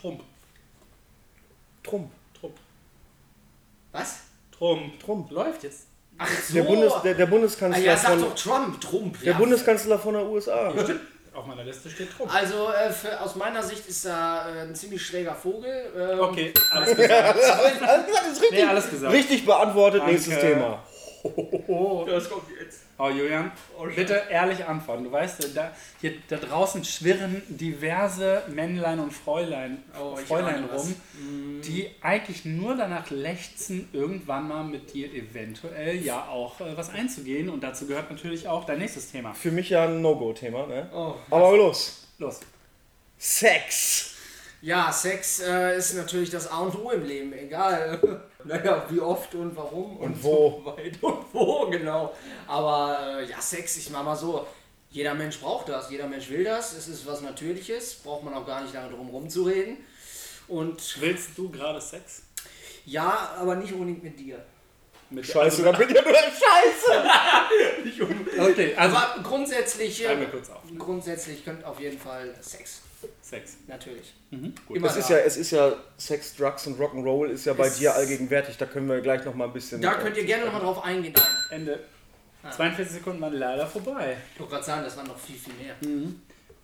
Speaker 2: Trump.
Speaker 3: Trump.
Speaker 2: Trump.
Speaker 4: Was?
Speaker 2: Trump.
Speaker 3: Trump.
Speaker 2: Läuft jetzt.
Speaker 4: Ach so.
Speaker 3: Der, Bundes, der, der
Speaker 4: ah,
Speaker 3: Bundeskanzler
Speaker 4: ja, sag
Speaker 3: von,
Speaker 4: doch Trump, Trump.
Speaker 3: der
Speaker 4: ja.
Speaker 3: Bundeskanzler von der USA.
Speaker 2: Auf meiner Liste steht Trump.
Speaker 4: Also äh, für, aus meiner Sicht ist er äh, ein ziemlich schräger Vogel. Ähm,
Speaker 2: Okay, alles gesagt.
Speaker 3: Alles gesagt, ist richtig,
Speaker 2: Nee, alles gesagt.
Speaker 3: richtig beantwortet.
Speaker 2: Danke.
Speaker 3: Nächstes Thema.
Speaker 4: Das kommt jetzt.
Speaker 2: Oh, Julian, bitte ehrlich antworten. Du weißt, da, hier, da draußen schwirren diverse Männlein und Fräulein,
Speaker 4: Oh, ich
Speaker 2: Fräulein
Speaker 4: ahne was.
Speaker 2: rum, die eigentlich nur danach lechzen, irgendwann mal mit dir eventuell ja auch äh, was einzugehen. Und dazu gehört natürlich auch dein nächstes Thema.
Speaker 3: Für mich ja ein No-Go-Thema, ne?
Speaker 4: Oh.
Speaker 3: Aber los.
Speaker 2: Los.
Speaker 3: Sex.
Speaker 4: Ja, Sex äh, ist natürlich das A und O im Leben, egal. Naja, wie oft und warum und,
Speaker 3: wo.
Speaker 4: so weit und wo, genau. Aber äh, ja, Sex, ich mach mal so. Jeder Mensch braucht das, jeder Mensch will das. Es ist was Natürliches, braucht man auch gar nicht lange drum rumzureden. Und
Speaker 2: Willst du gerade Sex?
Speaker 4: ja, aber nicht unbedingt mit dir.
Speaker 2: Mit
Speaker 4: Also-
Speaker 3: Scheiße, da bin ich ja nur Scheiße.
Speaker 2: Also, okay, also
Speaker 4: Aber grundsätzlich,
Speaker 2: schreiben wir
Speaker 4: äh,
Speaker 2: kurz auf.
Speaker 4: grundsätzlich könnt auf jeden Fall Sex,
Speaker 2: Sex.
Speaker 4: natürlich.
Speaker 2: gut.
Speaker 4: Mhm. Immer
Speaker 3: Es ist
Speaker 4: da.
Speaker 3: ja, es ist ja Sex, Drugs und Rock'n'Roll ist ja bei
Speaker 4: Es-
Speaker 3: dir allgegenwärtig. Da können wir gleich noch mal ein bisschen.
Speaker 4: Da könnt ihr gerne nochmal drauf eingehen. Ich
Speaker 2: Ah. Ende. 42 Sekunden waren leider vorbei.
Speaker 4: wollte gerade sagen, das waren noch viel, viel mehr.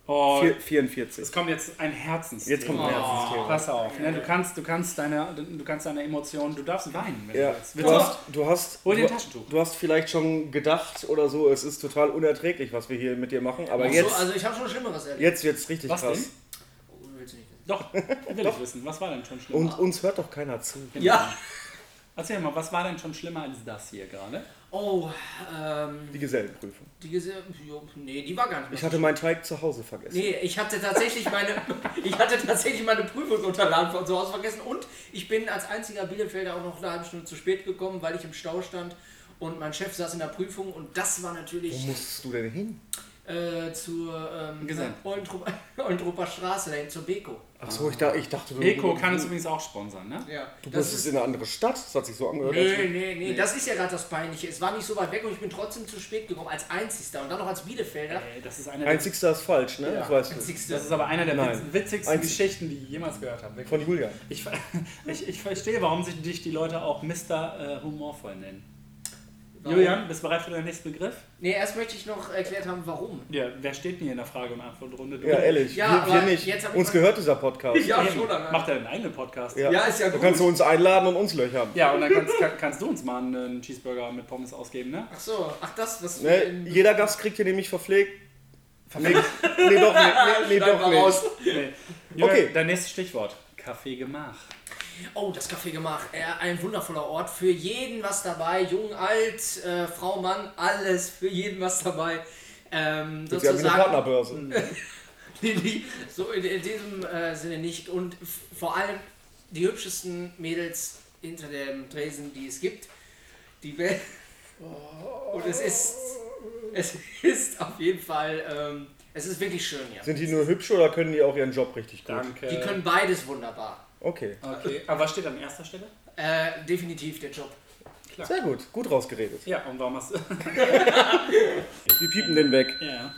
Speaker 2: Und
Speaker 3: Vier- 44.
Speaker 2: es kommt jetzt ein Herzensthema.
Speaker 3: Jetzt kommt ein Herzensthema.
Speaker 2: Pass auf, ne? du, kannst, du, kannst deine, du kannst deine Emotionen, du darfst weinen, wenn
Speaker 3: Ja,
Speaker 2: du willst.
Speaker 3: du hast, du hast,
Speaker 2: Hol dir ein
Speaker 3: du-
Speaker 2: Taschentuch.
Speaker 3: Du hast vielleicht schon gedacht oder so, es ist total unerträglich, was wir hier mit dir machen, aber
Speaker 4: Ach
Speaker 3: jetzt,
Speaker 4: so, also ich habe schon Schlimmeres erlebt.
Speaker 3: jetzt wird's richtig
Speaker 2: Was
Speaker 3: krass.
Speaker 2: denn?
Speaker 4: Oh, willst du nicht wissen.
Speaker 2: Doch, will ich wissen. Was war denn schon schlimmer?
Speaker 3: Und uns hört doch keiner zu.
Speaker 4: Ja.
Speaker 2: Erzähl mal, was war denn schon schlimmer als das hier gerade?
Speaker 4: Oh, ähm,
Speaker 3: Die Gesellenprüfung.
Speaker 4: die Gese jo, Nee, die war gar nicht mehr.
Speaker 3: Ich hatte meinen Teig zu Hause vergessen.
Speaker 4: Nee, ich hatte tatsächlich meine, ich hatte tatsächlich meine Prüfungsunterlagen von zu Hause vergessen und ich bin als einziger Bielefelder auch noch eine halbe Stunde zu spät gekommen, weil ich im Stau stand und mein Chef saß in der Prüfung und das war
Speaker 3: Wo
Speaker 4: natürlich
Speaker 3: musstest du denn hin?
Speaker 4: äh, zur ähm,
Speaker 2: Gesang.
Speaker 4: Ollentrup- Ollentruper Straße dahin, zur Beko.
Speaker 3: Achso, ich, da, ich dachte, du,
Speaker 2: Beko
Speaker 3: du,
Speaker 2: kann uns übrigens auch sponsern, ne?
Speaker 4: Ja,
Speaker 3: du
Speaker 4: das
Speaker 3: bist
Speaker 4: ist-
Speaker 3: in eine andere Stadt. Das hat sich so angehört. als
Speaker 4: Nee, nee, nee, das ist ja gerade das Peinliche. Es war nicht so weit weg und ich bin trotzdem zu spät gekommen, als Einzigster und dann noch als Bielefelder.
Speaker 2: Ey, Das ist eine der,
Speaker 3: Einzigster ist falsch, ne? Das weißt du.
Speaker 4: Einzigster.
Speaker 2: das ist aber eine der
Speaker 3: Nein.
Speaker 2: witzigsten
Speaker 3: Einzig-
Speaker 2: Geschichten, die ich jemals gehört habe.
Speaker 3: Von Julian.
Speaker 2: Ich, ver- ich, ich verstehe, warum sich dich die Leute auch Mr. Äh, humorvoll nennen.
Speaker 4: Warum?
Speaker 2: Julian, bist du bereit für deinen nächsten Begriff?
Speaker 4: Nee, erst möchte ich noch erklärt haben, warum.
Speaker 2: Ja, wer steht denn hier in der Frage- und Antwortrunde? Du?
Speaker 3: Ja, ehrlich.
Speaker 4: Ja,
Speaker 3: wir, wir
Speaker 4: aber
Speaker 3: nicht.
Speaker 4: jetzt hab ich
Speaker 3: uns
Speaker 4: mal-
Speaker 3: gehört dieser Podcast.
Speaker 4: Ja,
Speaker 2: Eben. Macht er einen eigenen Podcast?
Speaker 4: Ja, ist ja
Speaker 3: Du
Speaker 4: gut.
Speaker 3: kannst du uns einladen und uns löchern.
Speaker 2: Ja, und dann kannst, kann, kannst du uns mal einen, einen Cheeseburger mit Pommes ausgeben, ne?
Speaker 4: Ach so, ach das, was wir
Speaker 3: Ne?
Speaker 4: in-
Speaker 3: Jeder Gast kriegt hier nämlich verpflegt. Nee, nee, doch nicht. Nee, nee,
Speaker 4: Schneid
Speaker 3: doch
Speaker 4: mal
Speaker 3: nicht.
Speaker 4: raus.
Speaker 2: Nee. Julian,
Speaker 3: Okay.
Speaker 2: Dein nächstes Stichwort. Kaffee gemacht.
Speaker 4: Oh, das Café gemacht. Äh, ein wundervoller Ort. Für jeden was dabei. Jung, alt, äh, Frau, Mann, alles. Für jeden was dabei. Ähm,
Speaker 3: Sie haben hier eine
Speaker 4: sozusagen,
Speaker 3: Partnerbörse.
Speaker 4: Nee, nee, so in, in diesem äh, Sinne nicht. Und f- vor allem die hübschesten Mädels hinter dem Tresen, die es gibt. Die Welt. Und es ist. Es ist auf jeden Fall. Ähm, es ist wirklich schön hier.
Speaker 3: Sind die nur hübsch oder können die auch ihren Job richtig gut?
Speaker 2: Danke.
Speaker 4: Die können beides wunderbar.
Speaker 3: Okay.
Speaker 2: okay. Aber was steht an erster Stelle?
Speaker 4: Äh, definitiv der Job.
Speaker 3: Sehr gut. Gut rausgeredet.
Speaker 2: Ja, und warum hast du.
Speaker 3: Wir piepen den weg.
Speaker 2: ja.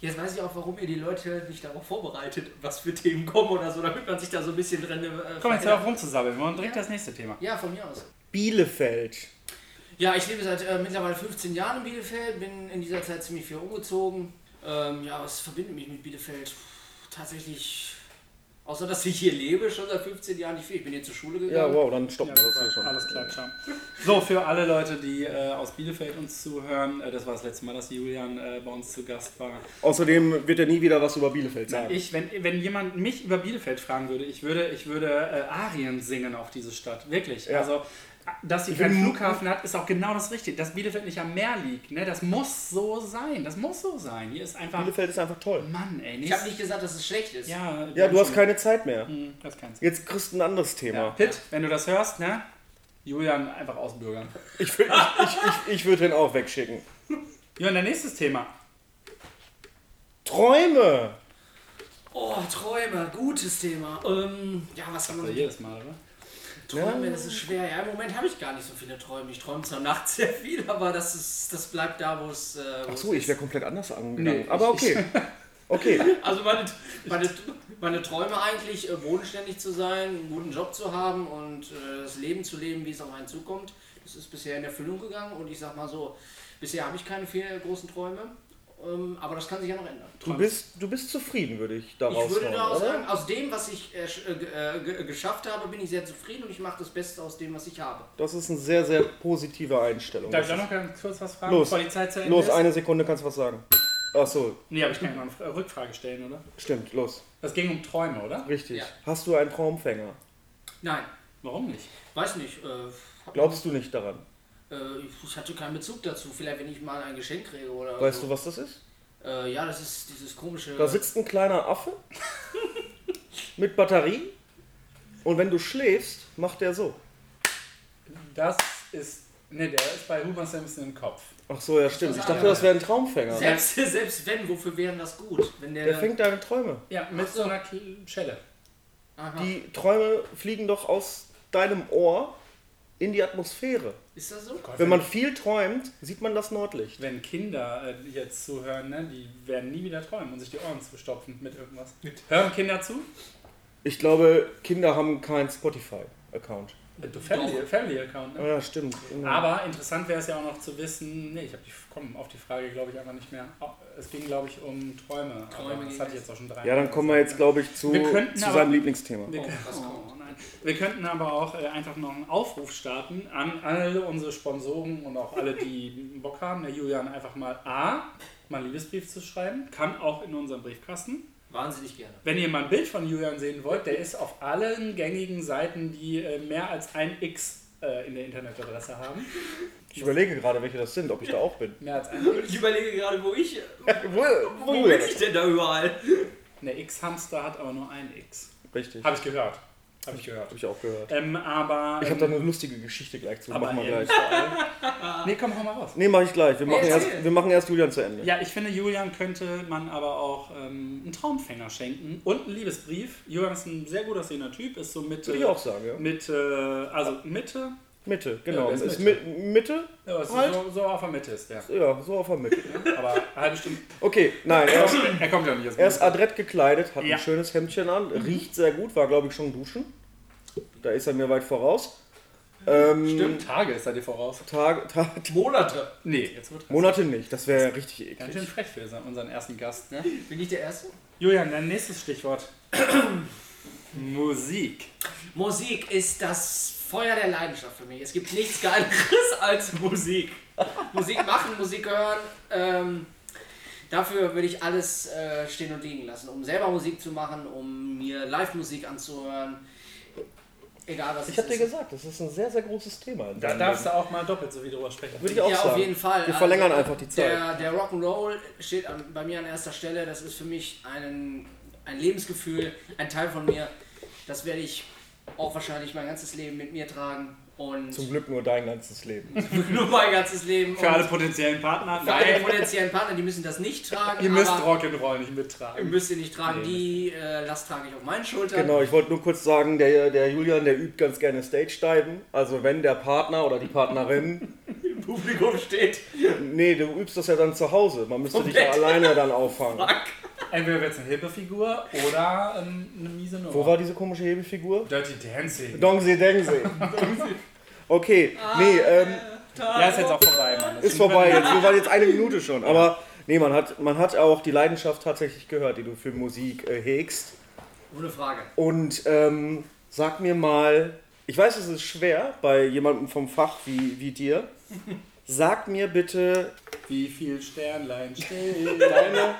Speaker 4: Jetzt weiß ich auch, warum ihr die Leute nicht darauf vorbereitet, was für Themen kommen oder so, damit man sich da so ein bisschen drin. Äh,
Speaker 2: Komm, jetzt hör
Speaker 4: verändert.
Speaker 2: auf rumzusabbeln. Wir machen direkt das nächste Thema.
Speaker 4: Ja, von mir aus.
Speaker 3: Bielefeld.
Speaker 4: Ja, ich lebe seit äh, mittlerweile 15 Jahren in Bielefeld, bin in dieser Zeit ziemlich viel umgezogen. Ähm, ja, was verbindet mich mit Bielefeld? Puh, Tatsächlich, außer dass ich hier lebe, schon seit 15 Jahren nicht viel. Ich bin hier zur Schule
Speaker 3: Ja,
Speaker 4: gegangen.
Speaker 3: wow, dann stoppen
Speaker 2: Ja,
Speaker 3: wir das hier schon.
Speaker 2: Alles klar, ciao. So, für alle Leute, die äh, aus Bielefeld uns zuhören, äh, das war das letzte Mal, dass Julian äh, bei uns zu Gast war.
Speaker 3: Außerdem wird er nie wieder was über Bielefeld sagen.
Speaker 2: Ich, wenn, wenn jemand mich über Bielefeld fragen würde, ich würde, ich würde äh, Arien singen auf diese Stadt. Wirklich.
Speaker 3: Ja.
Speaker 2: Also, dass sie
Speaker 3: bin
Speaker 2: keinen
Speaker 3: mu-
Speaker 2: Flughafen hat, ist auch genau das Richtige. Dass Bielefeld nicht am Meer liegt, ne? das muss so sein. Das muss so sein. Hier ist einfach.
Speaker 3: Bielefeld ist einfach toll.
Speaker 2: Mann, ey.
Speaker 4: Ich habe nicht gesagt, dass es schlecht ist.
Speaker 2: Ja,
Speaker 3: Ja, du hast keine Zeit mehr.
Speaker 2: Das ist kein Sinn.
Speaker 3: Jetzt kriegst du ein anderes
Speaker 2: Hm. Ja.
Speaker 3: Thema.
Speaker 2: Pitt, wenn du das hörst, ne? Julian einfach ausbürgern.
Speaker 3: Ich, wür- ich, ich, ich, ich würde den auch wegschicken.
Speaker 2: Julian, dein nächstes Thema.
Speaker 3: Träume!
Speaker 4: Oh, Träume, gutes Thema. Ähm, ja, was kann man
Speaker 2: Also jedes Mal, oder?
Speaker 4: Träume, das ist schwer. Ja, im Moment habe ich gar nicht so viele Träume. Ich träume zwar nachts sehr viel, aber das, ist, das bleibt da, wo es. Äh, wo
Speaker 3: Achso,
Speaker 4: es
Speaker 3: ich wäre komplett anders angegangen.
Speaker 2: Nee,
Speaker 3: Aber okay. Okay,
Speaker 4: ist. Also meine, meine, meine Träume eigentlich, äh, bodenständig zu sein, einen guten Job zu haben und äh, das Leben zu leben, wie es auf einen zukommt, das ist bisher in Erfüllung gegangen. Und ich sag mal so, bisher habe ich keine vielen großen Träume, ähm, aber das kann sich ja noch ändern.
Speaker 3: du bist, du bist zufrieden, würde ich daraus
Speaker 4: Ich würde
Speaker 3: hören,
Speaker 4: daraus
Speaker 3: oder?
Speaker 4: sagen, aus dem, was ich äh, sch- äh, ge- äh, ge- geschafft habe, bin ich sehr zufrieden und ich mache das Beste aus dem, was ich habe.
Speaker 3: Das ist eine sehr, sehr positive Einstellung.
Speaker 2: Darf ich auch noch ganz kurz was fragen?
Speaker 3: Los.
Speaker 2: bevor die Zeit zu Ende
Speaker 3: Los,
Speaker 2: ist?
Speaker 3: eine Sekunde kannst du was sagen. Achso,
Speaker 2: Nee, aber ich kann ja noch eine Rückfrage stellen, oder?
Speaker 3: stimmt, los.
Speaker 2: Das ging um Träume, oder?
Speaker 3: Richtig.
Speaker 4: Ja.
Speaker 3: Hast du einen Traumfänger?
Speaker 4: Nein,
Speaker 2: Warum nicht?
Speaker 4: weiß nicht. Äh,
Speaker 3: Glaubst du nicht daran?
Speaker 4: Äh, ich hatte keinen Bezug dazu. Vielleicht, wenn ich mal ein Geschenk kriege oder
Speaker 3: Weißt du,
Speaker 4: so.
Speaker 3: was das ist?
Speaker 4: Äh, ja, das ist dieses komische.
Speaker 3: Da sitzt ein kleiner Affe mit Batterie und wenn du schläfst, macht der so.
Speaker 2: Das ist. Ne, der ist bei Homer Simpson im Kopf.
Speaker 3: Ach so, ja stimmt. Ich dachte, das wäre ein Traumfänger.
Speaker 4: selbst, selbst wenn, wofür wären das gut? Wenn der,
Speaker 3: Der fängt deine Träume.
Speaker 2: Ja, mit so einer Kl- Schelle.
Speaker 4: Aha.
Speaker 3: Die Träume fliegen doch aus deinem Ohr in die Atmosphäre.
Speaker 4: Ist das so?
Speaker 3: Wenn man viel träumt, sieht man das Nordlicht.
Speaker 2: Wenn Kinder äh, jetzt zuhören, ne, die werden nie wieder träumen und sich die Ohren zustopfen mit irgendwas. Hören Kinder zu?
Speaker 3: Ich glaube, Kinder haben keinen Spotify-Account.
Speaker 2: The Family, Family Account, ne?
Speaker 3: Ja, stimmt. Genau.
Speaker 2: Aber interessant wäre es ja auch noch zu wissen, nee, ich habe die komm, auf die Frage, glaube ich, einfach nicht mehr. Oh, Es ging, glaube ich, um Träume.
Speaker 4: Träume
Speaker 2: aber das
Speaker 4: ging
Speaker 2: hatte ich
Speaker 4: es.
Speaker 2: jetzt auch schon drei. ne?
Speaker 3: Ja, dann kommen wir jetzt, glaube ich, zu,
Speaker 2: Wir könnten
Speaker 3: zu
Speaker 2: aber-
Speaker 3: seinem Lieblingsthema.
Speaker 2: Wir, oh, nein. wir könnten aber auch äh, einfach noch einen Aufruf starten an alle unsere Sponsoren und auch alle, die Bock haben, der Julian einfach mal A, mal einen Liebesbrief zu schreiben, kann auch in unserem Briefkasten.
Speaker 4: Wahnsinnig gerne.
Speaker 2: Wenn ihr mal ein Bild von Julian sehen wollt, der ist auf allen gängigen Seiten, die äh, mehr als ein X äh, in der Internetadresse haben.
Speaker 3: Ich überlege gerade, welche das sind, ob ich da auch bin.
Speaker 2: Mehr als ein
Speaker 4: Ich überlege gerade, wo ich.
Speaker 3: Wo,
Speaker 4: Wo bin ich denn da überall?
Speaker 2: Der X-Hamster hat aber nur ein X.
Speaker 3: Richtig. Habe
Speaker 2: Habe ich gehört. Habe ich gehört.
Speaker 3: ich auch gehört.
Speaker 2: Ähm, aber.
Speaker 3: Ich habe da eine lustige Geschichte gleich zu.
Speaker 2: aber
Speaker 3: Machen wir
Speaker 2: eben-
Speaker 3: gleich.
Speaker 2: Nee, komm, hau mal raus.
Speaker 3: Nee, mach ich gleich. Wir machen,
Speaker 4: Erzähl.
Speaker 3: erst, wir machen erst Julian zu Ende.
Speaker 2: Ja, ich finde, Julian könnte man aber auch ähm, einen Traumfänger schenken und einen Liebesbrief. Julian ist ein sehr gut aussehender Typ, ist so Mitte.
Speaker 3: Würde ich auch sagen, ja.
Speaker 2: Mit, äh, also Mitte.
Speaker 3: Mitte, genau.
Speaker 2: wer ist
Speaker 3: ist ist
Speaker 2: Mitte?
Speaker 3: Mitte. Mitte?
Speaker 2: Ja, aber es ist
Speaker 3: Halt.
Speaker 2: so, so auf der Mitte ist der.
Speaker 3: Ja, so auf der Mitte.
Speaker 2: Aber halb bestimmt.
Speaker 3: Okay, nein, er ist,
Speaker 2: er kommt ja nicht aus
Speaker 3: er ist adrett gekleidet, hat
Speaker 2: Ja.
Speaker 3: ein schönes Hemdchen an,
Speaker 4: Mhm.
Speaker 3: riecht sehr gut, war glaube ich schon duschen. Da ist er mir weit voraus. Ähm,
Speaker 2: Stimmt, Tage ist er dir voraus.
Speaker 3: Tage, Tage,
Speaker 4: Monate.
Speaker 2: Nee, jetzt wird
Speaker 3: Monate nicht, das wäre richtig
Speaker 2: Ganz
Speaker 3: eklig.
Speaker 2: schön frech für unseren ersten Gast, ne?
Speaker 4: Bin ich der Erste?
Speaker 2: Julian, dein nächstes Stichwort. Musik.
Speaker 4: Musik ist das Feuer der Leidenschaft für mich. Es gibt nichts Geileres als Musik. Musik machen, Musik hören. Ähm, dafür würde ich alles äh, stehen und liegen lassen, um selber Musik zu machen, um mir Live-Musik anzuhören. Egal was
Speaker 3: Ich
Speaker 4: es
Speaker 3: habe dir
Speaker 4: ist.
Speaker 3: gesagt, das ist ein sehr, sehr großes Thema. in
Speaker 2: Da
Speaker 3: deinem
Speaker 2: darfst
Speaker 3: Leben.
Speaker 2: du auch mal doppelt so viel drüber sprechen.
Speaker 3: Würde ich auch
Speaker 4: ja,
Speaker 3: sagen.
Speaker 4: auf jeden Fall.
Speaker 3: Wir verlängern
Speaker 4: Also,
Speaker 3: einfach die Zeit.
Speaker 4: Der, der Rock'n'Roll steht an, bei mir an erster Stelle. Das ist für mich ein, ein Lebensgefühl, ein Teil von mir. Das werde ich auch wahrscheinlich mein ganzes Leben mit mir tragen. Und
Speaker 3: Zum Glück nur dein ganzes Leben.
Speaker 4: nur mein ganzes Leben.
Speaker 2: Für alle
Speaker 4: und
Speaker 2: potenziellen Partner.
Speaker 4: für alle
Speaker 2: Nein,
Speaker 4: potenziellen Partner, die müssen das nicht tragen.
Speaker 2: ihr müsst
Speaker 4: aber
Speaker 2: Rock'n'Roll nicht
Speaker 4: ihr
Speaker 2: mittragen.
Speaker 4: müsst ihr nicht tragen. Die äh, Last trage ich auf meinen Schultern.
Speaker 3: genau, ich wollte nur kurz sagen, der, der Julian, der übt ganz gerne Stage-Diven. Also wenn der Partner oder die Partnerin...
Speaker 4: Im Publikum steht.
Speaker 3: Nee, du übst das ja dann zu Hause. Man müsste dich ja
Speaker 4: Komplett.
Speaker 3: alleine dann auffangen.
Speaker 2: Entweder wird es eine Hilfefigur oder ähm, eine miese Nummer.
Speaker 3: Wo war diese komische Hebefigur?
Speaker 2: Dirty Dancing.
Speaker 3: Dongsi Dengsi. Okay, nee, ähm,
Speaker 2: Ja, ist jetzt auch vorbei, Mann. Das
Speaker 3: ist vorbei jetzt. Wir waren jetzt eine Minute schon. Aber nee, man hat, man hat auch die Leidenschaft tatsächlich gehört, die du für Musik äh, hegst.
Speaker 4: Ohne Frage.
Speaker 3: Und ähm, sag mir mal, ich weiß, es ist schwer bei jemandem vom Fach wie, wie dir. Sag mir bitte
Speaker 2: Wie viel Sternlein steht.
Speaker 3: deine,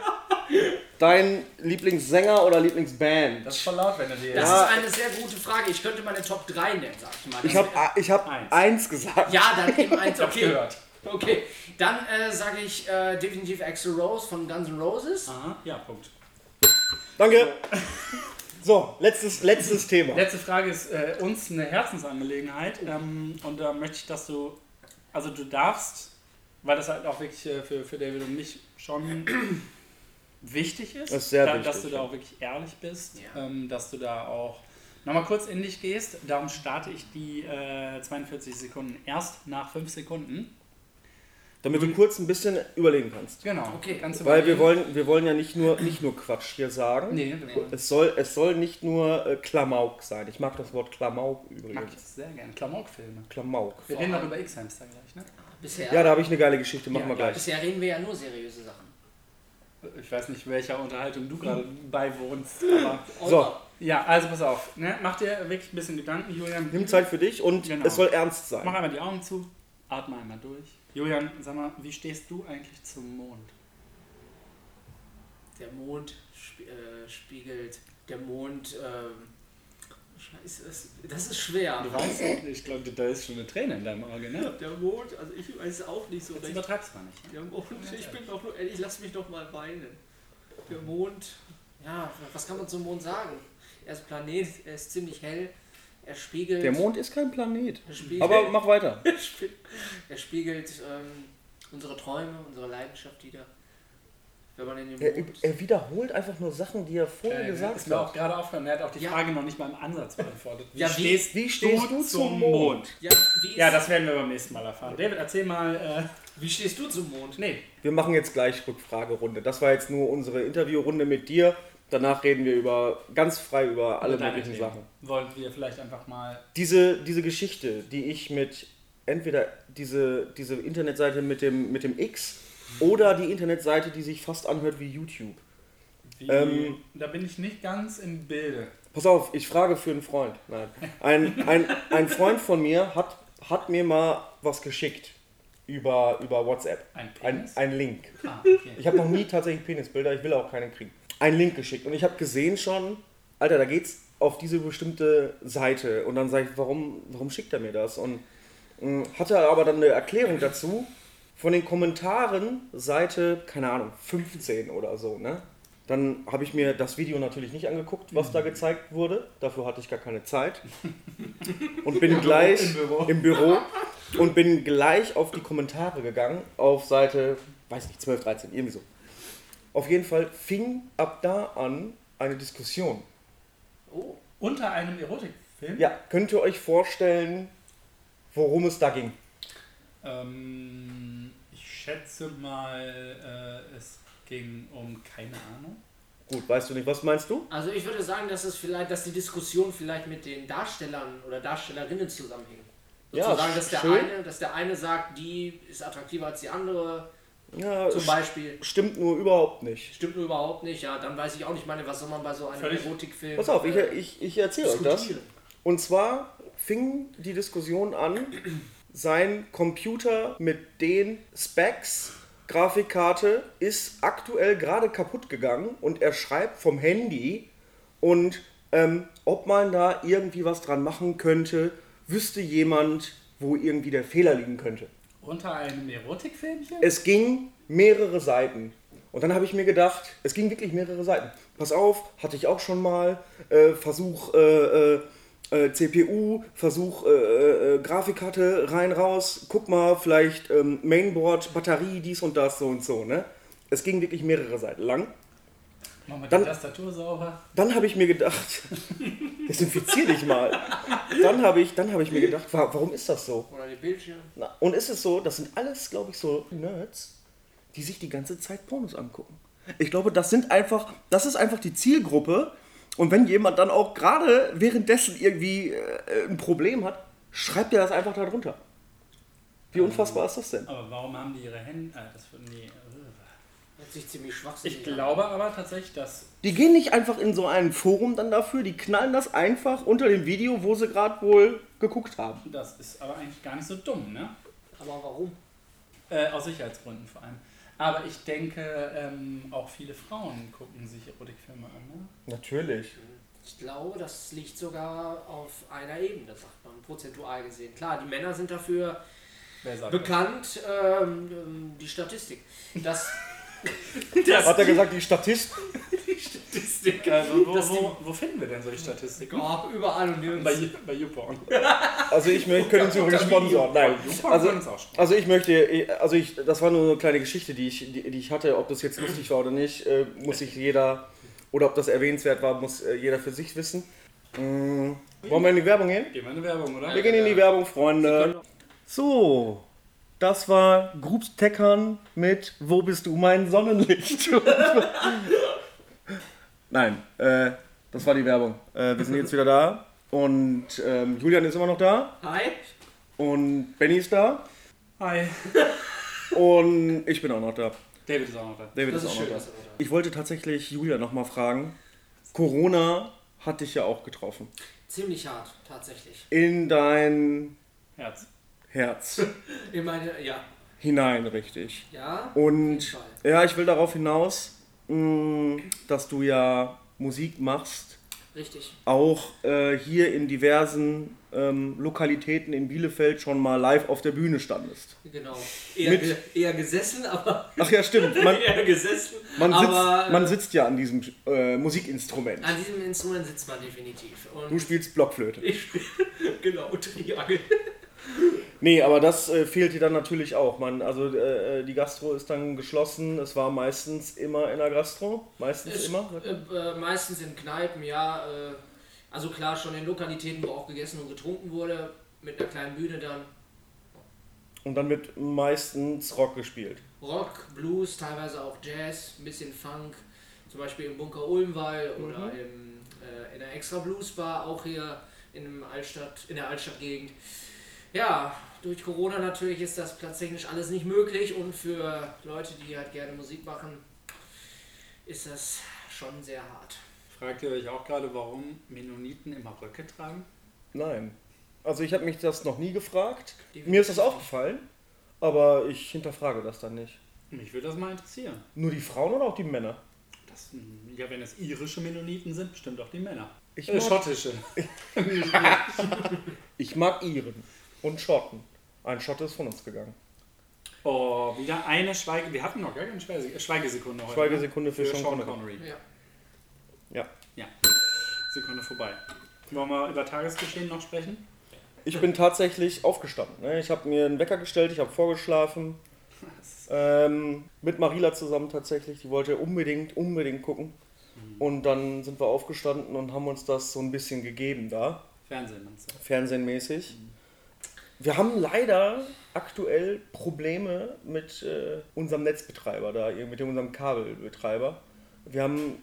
Speaker 3: deinen Lieblingssänger oder Lieblingsband.
Speaker 2: Das ist voll laut, wenn du dir.
Speaker 4: Das
Speaker 3: Ja.
Speaker 4: ist eine sehr gute Frage. Ich könnte meine Top 3 nennen, sag ich mal.
Speaker 3: Ich habe ich hab
Speaker 2: Eins.
Speaker 3: eins. gesagt.
Speaker 4: Ja, dann eben eins.
Speaker 2: hab's
Speaker 4: Okay.
Speaker 2: gehört.
Speaker 4: Okay, dann äh, sage ich äh, definitiv Axel Rose von Guns N' Roses.
Speaker 2: Aha, ja, Punkt.
Speaker 3: Danke. So, letztes, letztes Thema.
Speaker 2: Letzte Frage ist äh, uns eine Herzensangelegenheit. Ähm, und da möchte ich, dass du. Also, du darfst, weil das halt auch wirklich äh, für, für David und mich schon wichtig ist,
Speaker 3: Das ist sehr
Speaker 2: da,
Speaker 3: wichtig,
Speaker 2: dass du da
Speaker 3: ja.
Speaker 2: auch wirklich ehrlich bist,
Speaker 4: Ja.
Speaker 2: ähm, dass du da auch nochmal kurz in dich gehst. Darum starte ich die äh, 42 Sekunden erst nach 5 Sekunden.
Speaker 3: Damit du kurz ein bisschen überlegen kannst.
Speaker 2: Genau.
Speaker 4: Okay.
Speaker 2: Kannst du
Speaker 3: Weil wir
Speaker 2: überlegen.
Speaker 3: wollen, wir wollen ja nicht nur, nicht nur Quatsch hier sagen.
Speaker 2: Nee, wir wollen.
Speaker 3: Es soll, es soll nicht nur äh, Klamauk sein. Ich mag das Wort Klamauk
Speaker 2: Mag
Speaker 3: übrigens.
Speaker 2: ich sehr gerne. Klamauk-Filme.
Speaker 3: Klamauk.
Speaker 2: Wir reden noch über X-Hamster gleich, ne?
Speaker 4: Bisher,
Speaker 3: Ja, da habe ich eine geile Geschichte. Machen
Speaker 2: Ja,
Speaker 3: wir
Speaker 2: ja.
Speaker 3: gleich.
Speaker 4: bisher reden wir ja nur seriöse Sachen.
Speaker 2: Ich weiß nicht, welcher Unterhaltung du gerade beiwohnst, aber.
Speaker 3: So,
Speaker 2: Ja, also pass auf. Ne? Mach dir wirklich ein bisschen Gedanken, Julian.
Speaker 3: nimm Zeit für dich und
Speaker 2: Genau.
Speaker 3: es soll ernst
Speaker 2: Mach
Speaker 3: sein.
Speaker 2: einmal die Augen zu, atme einmal durch. Julian, sag mal, wie stehst du eigentlich zum Mond?
Speaker 4: Der Mond sp- äh, spiegelt. Der Mond. ähm, scheiße, das, das ist schwer.
Speaker 2: Du weißt, ich glaube, da ist schon eine Träne in deinem Auge, ne?
Speaker 4: Der Mond, also ich weiß es auch nicht so
Speaker 2: Jetzt
Speaker 4: recht.
Speaker 2: übertreib's mal nicht. Ne?
Speaker 4: Der Mond, ich bin doch nur. Ich lass mich doch mal weinen. Der Mond. Ja, was kann man zum Mond sagen? Er ist Planet, er ist ziemlich hell, er spiegelt.
Speaker 3: Der Mond ist kein Planet.
Speaker 4: er spiegelt-
Speaker 3: Aber mach weiter.
Speaker 4: Er spie- Er spiegelt ähm, unsere Träume, unsere Leidenschaft wieder. Wenn man in
Speaker 3: Er,
Speaker 4: den Mond.
Speaker 3: er wiederholt einfach nur Sachen, die er vorher
Speaker 2: Äh,
Speaker 3: gesagt
Speaker 2: ist mir auch
Speaker 3: hat.
Speaker 2: gerade aufgefallen, er hat auch die
Speaker 4: Ja.
Speaker 2: Frage noch nicht mal im Ansatz beantwortet. Wie,
Speaker 4: Ja, wie-
Speaker 2: stehst,
Speaker 3: wie stehst du zum Mond?
Speaker 4: Ja, wie, ist,
Speaker 2: Ja, das werden wir beim nächsten Mal erfahren. David, erzähl mal. Äh,
Speaker 4: wie stehst du zum Mond?
Speaker 2: nee,
Speaker 3: Wir machen jetzt gleich Rückfragerunde. Das war jetzt nur unsere Interviewrunde mit dir. Danach reden wir über ganz frei über alle
Speaker 2: Deine
Speaker 3: möglichen
Speaker 2: Idee.
Speaker 3: Sachen.
Speaker 2: Wollen wir vielleicht einfach mal.
Speaker 3: Diese, diese Geschichte, die ich mit entweder diese, diese Internetseite mit dem, mit dem X oder die Internetseite, die sich fast anhört wie YouTube.
Speaker 2: Die,
Speaker 3: Ähm,
Speaker 2: da bin ich nicht ganz im Bilde.
Speaker 3: Pass auf, ich frage für einen Freund. Nein. Ein, ein, ein Freund von mir hat, hat mir mal was geschickt über, über WhatsApp.
Speaker 2: Ein
Speaker 3: Ein,
Speaker 2: Penis?
Speaker 3: ein Link.
Speaker 2: ah, okay.
Speaker 3: Ich habe noch nie tatsächlich Penisbilder, ich will auch keine kriegen. Einen Link geschickt und ich habe gesehen schon, Alter, da geht's auf diese bestimmte Seite und dann sage ich, warum, warum schickt er mir das? Und mh, hatte aber dann eine Erklärung dazu von den Kommentaren Seite, keine Ahnung, 15 oder so, ne? Dann habe ich mir das Video natürlich nicht angeguckt, was da gezeigt wurde. Dafür hatte ich gar keine Zeit. Und bin gleich im Büro und bin gleich auf die Kommentare gegangen, auf Seite, weiß nicht, 12, 13, irgendwie so. Auf jeden Fall fing ab da an eine Diskussion.
Speaker 4: Oh,
Speaker 2: Unter einem Erotikfilm?
Speaker 3: Ja, könnt ihr euch vorstellen, worum es da ging?
Speaker 2: Ähm, ich schätze mal, äh, es ging um keine Ahnung.
Speaker 3: Gut, weißt du nicht, was meinst du?
Speaker 4: also ich würde sagen, dass es vielleicht, dass die Diskussion vielleicht mit den Darstellern oder Darstellerinnen zusammenhängt.
Speaker 3: Ja,
Speaker 4: Sozusagen, dass der,
Speaker 3: schön.
Speaker 4: eine, dass der eine sagt, die ist attraktiver als die andere,
Speaker 3: Ja,
Speaker 4: zum Beispiel.
Speaker 3: stimmt nur überhaupt nicht.
Speaker 4: Stimmt nur überhaupt nicht, ja, dann weiß ich auch nicht, meine, was soll man bei so einem
Speaker 2: Völlig-
Speaker 4: Erotikfilm.
Speaker 3: Pass auf, ich,
Speaker 4: äh,
Speaker 3: ich, ich erzähle euch das.
Speaker 4: diskutieren?
Speaker 3: Und zwar fing die Diskussion an, sein Computer mit den Specs, Grafikkarte, ist aktuell gerade kaputt gegangen und er schreibt vom Handy und ähm, ob man da irgendwie was dran machen könnte, wüsste jemand, wo irgendwie der Fehler liegen könnte.
Speaker 2: Unter einem Erotikfilmchen?
Speaker 3: Es ging mehrere Seiten. Und dann habe ich mir gedacht, es ging wirklich mehrere Seiten. Pass auf, hatte ich auch schon mal. Äh, Versuch äh, äh, äh, CPU, Versuch äh, äh, äh, Grafikkarte rein, raus. Guck mal, vielleicht ähm, Mainboard, Batterie, dies und das, so und so. Ne? Es ging wirklich mehrere Seiten lang.
Speaker 2: Machen wir die
Speaker 3: Dann-
Speaker 2: Tastatur sauber.
Speaker 3: Dann habe ich mir gedacht, desinfizier dich mal. Dann habe ich, dann habe ich mir gedacht, wa warum ist das so?
Speaker 4: Oder die Bildschirme.
Speaker 3: Na, und ist es so, das sind alles, glaube ich, so Nerds, die sich die ganze Zeit Pornos angucken. Ich glaube, das sind einfach, das ist einfach die Zielgruppe. Und wenn jemand dann auch gerade währenddessen irgendwie äh, ein Problem hat, schreibt er das einfach da drunter. Wie unfassbar ist das denn?
Speaker 2: Aber warum haben die ihre Hände? Ah, das, nee.
Speaker 4: Hört sich ziemlich schwachsinnig
Speaker 2: Ich
Speaker 4: an.
Speaker 2: glaube aber tatsächlich, dass
Speaker 3: Die gehen nicht einfach in so ein Forum dann dafür, die knallen das einfach unter dem Video, wo sie gerade wohl geguckt haben.
Speaker 2: das ist aber eigentlich gar nicht so dumm, ne?
Speaker 4: Aber warum?
Speaker 2: Äh, aus Sicherheitsgründen vor allem. Aber ich denke, ähm, auch viele Frauen gucken sich Erotikfilme an. Ne?
Speaker 3: Natürlich.
Speaker 4: Ich glaube, das liegt sogar auf einer Ebene, sagt man, prozentual gesehen. Klar, die Männer sind dafür
Speaker 2: Wer sagt
Speaker 4: bekannt, ähm, ähm, die Statistik. Das,
Speaker 3: Hat er gesagt, die Statist?
Speaker 4: die Statistik.
Speaker 2: das? Also, wo,
Speaker 4: dass die-
Speaker 2: wo, wo finden wir denn solche Statistiken?
Speaker 4: Oh, überall
Speaker 2: Bei,
Speaker 4: und nirgends.
Speaker 2: Ju- bei YouPorn.
Speaker 3: Also ich möchte, können Sie übrigens sponsern. Nein.
Speaker 2: YouPorn
Speaker 3: Also,
Speaker 2: kann es auch sponsern.
Speaker 3: also ich möchte, also ich, das war nur eine kleine Geschichte, die ich, die, die ich hatte. Ob das jetzt lustig war oder nicht, äh, muss sich jeder, oder ob das erwähnenswert war, muss äh, jeder für sich wissen. Mm, Wollen wir in die Werbung gehen?
Speaker 2: Gehen wir in die Werbung, oder?
Speaker 3: Wir gehen in die Werbung, Freunde. So, das war Groups Teckern mit Wo bist du mein Sonnenlicht? Nein, äh, das war die Werbung. Äh, wir sind jetzt wieder da und ähm, Julian ist immer noch da
Speaker 4: Hi.
Speaker 3: und Benny ist da
Speaker 2: Hi.
Speaker 3: und ich bin auch noch da.
Speaker 2: David ist auch noch da.
Speaker 3: David
Speaker 4: Das
Speaker 3: ist,
Speaker 4: ist
Speaker 3: auch
Speaker 4: schön.
Speaker 3: noch
Speaker 4: dass
Speaker 3: da.
Speaker 4: du da bist.
Speaker 3: Ich wollte tatsächlich Julian nochmal fragen. Corona hat dich ja auch getroffen.
Speaker 4: Ziemlich hart, tatsächlich.
Speaker 3: In dein
Speaker 2: Herz.
Speaker 3: Herz
Speaker 4: Ich meine, ja.
Speaker 3: hinein, richtig.
Speaker 4: Ja.
Speaker 3: Und
Speaker 4: Fall.
Speaker 3: ja, ich will darauf hinaus, mh, dass du ja Musik machst,
Speaker 4: Richtig.
Speaker 3: auch äh, hier in diversen ähm, Lokalitäten in Bielefeld schon mal live auf der Bühne standest.
Speaker 4: Genau. Eher, ge eher gesessen, aber
Speaker 3: Ach ja, stimmt. Man,
Speaker 4: eher gesessen.
Speaker 3: man, sitzt,
Speaker 4: aber, äh,
Speaker 3: man sitzt ja an diesem äh, Musikinstrument.
Speaker 4: An diesem Instrument sitzt man definitiv.
Speaker 3: Du
Speaker 4: Und
Speaker 3: spielst Blockflöte.
Speaker 4: ich spiele genau Triangel.
Speaker 3: Nee, aber das äh, fehlt dir dann natürlich auch. Man, also äh, die Gastro ist dann geschlossen. Es war meistens immer in der Gastro. Meistens
Speaker 4: Ist,
Speaker 3: immer.
Speaker 4: äh, äh, meistens in Kneipen, ja. Äh, also klar, schon in Lokalitäten, wo auch gegessen und getrunken wurde, mit einer kleinen Bühne dann.
Speaker 3: Und dann wird meistens Rock gespielt.
Speaker 4: Rock, Blues, teilweise auch Jazz, ein bisschen Funk, so zum Beispiel im Bunker Ulmwall oder im, äh, in der Extra Blues Bar, auch hier in, dem Altstadt, in der Altstadtgegend. Ja, durch Corona natürlich ist das platztechnisch alles nicht möglich und für Leute, die halt gerne Musik machen, ist das schon sehr hart.
Speaker 2: Fragt ihr euch auch gerade, warum Mennoniten immer Röcke tragen?
Speaker 3: Nein. Also ich habe mich das noch nie gefragt.
Speaker 4: Definitiv
Speaker 3: Mir ist das aufgefallen, aber ich hinterfrage das dann nicht.
Speaker 2: Mich würde das mal interessieren.
Speaker 3: Nur die Frauen oder auch die Männer?
Speaker 2: Das, ja, wenn es irische Mennoniten sind, bestimmt auch die Männer.
Speaker 3: Ich
Speaker 2: äh,
Speaker 3: mag-
Speaker 2: schottische.
Speaker 3: Ich mag Iren und Schotten. Ein Schotte ist von uns gegangen.
Speaker 2: Oh, wieder eine Schweige. Wir hatten noch gar keine Schweige äh, Schweigesekunde heute. ne?
Speaker 3: Schweigesekunde für
Speaker 2: für
Speaker 3: Sean
Speaker 2: Sean
Speaker 3: Connery.
Speaker 2: Connery.
Speaker 4: Ja.
Speaker 3: Ja.
Speaker 2: Ja, Sekunde vorbei. Wollen wir über Tagesgeschehen noch sprechen?
Speaker 3: Ich bin tatsächlich aufgestanden. Ne? Ich habe mir einen Wecker gestellt, ich habe vorgeschlafen. Ähm, mit Marila zusammen tatsächlich. Die wollte unbedingt, unbedingt gucken. Und dann sind wir aufgestanden und haben uns das so ein bisschen gegeben da,
Speaker 2: Fernsehen, meinst du?
Speaker 3: fernsehenmäßig. Wir haben leider aktuell Probleme mit äh, unserem Netzbetreiber da, mit unserem Kabelbetreiber. Wir haben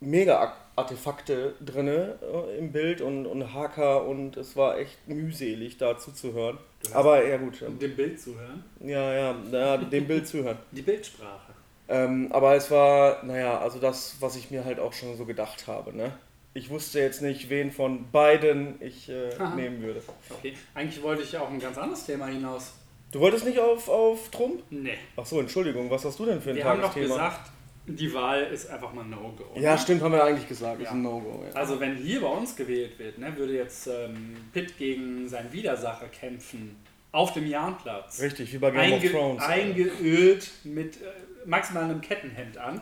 Speaker 3: mega Artefakte drin äh, im Bild und, und Hacker und es war echt mühselig da zuzuhören. Aber ja gut, ähm,
Speaker 2: Um dem Bild zu hören.
Speaker 3: ja, ja, naja, dem Bild zuhören.
Speaker 2: Die Bildsprache.
Speaker 3: Ähm, aber es war, naja, also das, was ich mir halt auch schon so gedacht habe. Ne? Ich wusste jetzt nicht, wen von beiden ich äh,
Speaker 2: Aha.
Speaker 3: nehmen würde.
Speaker 2: Okay, eigentlich wollte ich ja auf ein ganz anderes Thema hinaus.
Speaker 3: Du wolltest nicht auf, auf Trump?
Speaker 2: Nee.
Speaker 3: Ach so, Entschuldigung, was hast du denn für ein
Speaker 2: Wir haben doch
Speaker 3: Tagesthema?
Speaker 2: gesagt, die Wahl ist einfach mal No-Go.
Speaker 3: ja, stimmt, haben wir eigentlich gesagt. Ist
Speaker 2: Ja.
Speaker 3: ein No-Go. Ja.
Speaker 2: Also wenn hier bei uns gewählt wird, ne, würde jetzt ähm, Pitt gegen seinen Widersacher kämpfen. Auf dem Jahnplatz.
Speaker 3: Richtig, wie bei Game of
Speaker 2: Einge
Speaker 3: Thrones.
Speaker 2: eingeölt mit äh, maximal einem Kettenhemd an.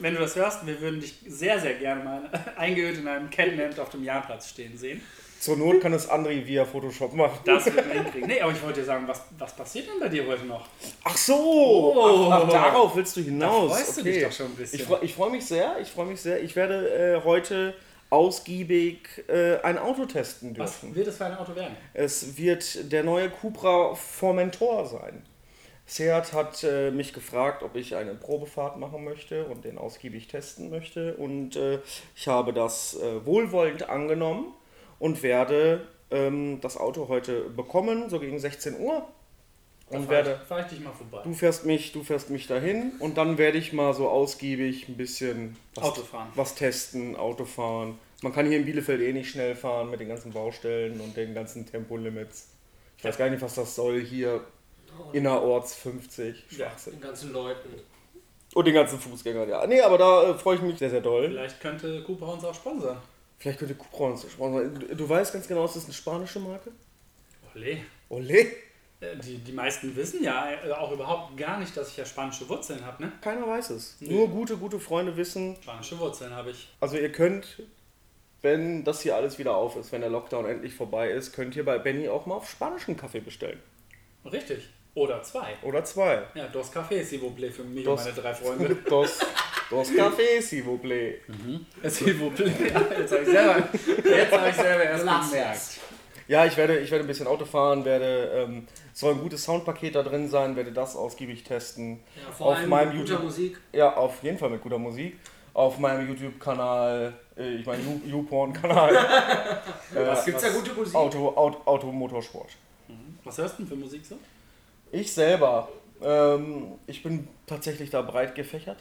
Speaker 2: wenn du das hörst, wir würden dich sehr, sehr gerne mal eingeölt in einem Kettenhemd auf dem Jahnplatz stehen sehen.
Speaker 3: Zur Not kann es Andri via Photoshop machen.
Speaker 2: Das würden wir hinkriegen. Nee, aber ich wollte dir sagen, was, was passiert denn bei dir heute noch?
Speaker 3: Ach so!
Speaker 2: Oh.
Speaker 3: ach, ach, darauf willst du hinaus.
Speaker 2: Da freust du
Speaker 3: okay.
Speaker 2: dich doch schon ein bisschen.
Speaker 3: Ich, freu- ich freue mich sehr, ich freue mich sehr. Ich werde äh, heute ausgiebig äh, ein Auto testen
Speaker 2: Was
Speaker 3: dürfen.
Speaker 2: wird es für ein Auto werden?
Speaker 3: Es wird der neue Cupra Formentor sein. Seat hat äh, mich gefragt, ob ich eine Probefahrt machen möchte und den ausgiebig testen möchte. Und äh, ich habe das äh, wohlwollend angenommen und werde ähm, das Auto heute bekommen, so gegen 16 Uhr. Und werde.
Speaker 2: Fahr ich- Fahr ich dich mal vorbei.
Speaker 3: Du fährst mich, du fährst mich dahin und dann werde ich mal so ausgiebig ein bisschen was,
Speaker 2: Auto fahren.
Speaker 3: was testen, Autofahren. Man kann hier in Bielefeld eh nicht schnell fahren mit den ganzen Baustellen und den ganzen Tempolimits. Ich weiß gar nicht, was das soll hier innerorts 50.
Speaker 2: Ja.
Speaker 3: Schwachsinn.
Speaker 4: Den ganzen Leuten.
Speaker 3: Und den ganzen Fußgängern, ja. Nee, aber da äh, freue ich mich sehr, sehr doll.
Speaker 2: Vielleicht könnte Cooper uns auch sponsern.
Speaker 3: Vielleicht könnte Cupra uns sponsern. Du, du weißt ganz genau, es ist eine spanische Marke.
Speaker 2: Ole.
Speaker 3: Ole.
Speaker 2: Äh, Die, die meisten wissen ja äh, auch überhaupt gar nicht, dass ich ja spanische Wurzeln habe, ne?
Speaker 3: Keiner weiß es. Nur gute, gute Freunde wissen,
Speaker 2: Spanische Wurzeln habe ich.
Speaker 3: Also ihr könnt, wenn das hier alles wieder auf ist, wenn der Lockdown endlich vorbei ist, könnt ihr bei Benny auch mal auf spanischen Kaffee bestellen.
Speaker 2: Richtig. Oder zwei.
Speaker 3: Oder zwei.
Speaker 2: Ja, Dos Cafés, s'il vous plaît, für mich
Speaker 3: Dos-
Speaker 2: und meine drei Freunde.
Speaker 3: Dos, dos Cafés, s'il vous plaît.
Speaker 2: S'il vous plaît. Jetzt habe ich selber, jetzt hab ich selber erst gemerkt.
Speaker 3: Ja, ich werde, ich werde ein bisschen Auto fahren, werde, ähm, es soll ein gutes Soundpaket da drin sein, werde das ausgiebig testen.
Speaker 4: Ja, vor
Speaker 3: Auf
Speaker 4: allem
Speaker 3: meinem
Speaker 4: mit guter
Speaker 3: YouTube-
Speaker 4: Musik.
Speaker 3: Ja, auf jeden Fall mit guter Musik. Auf meinem YouTube-Kanal, äh, ich meine You- YouPorn-Kanal,
Speaker 2: Was,
Speaker 4: Gibt's da
Speaker 2: was,
Speaker 4: gute Musik?
Speaker 3: Auto, Auto, Auto, Motorsport.
Speaker 2: was hörst du denn für Musik so?
Speaker 3: Ich selber, ähm, ich bin tatsächlich da breit gefächert.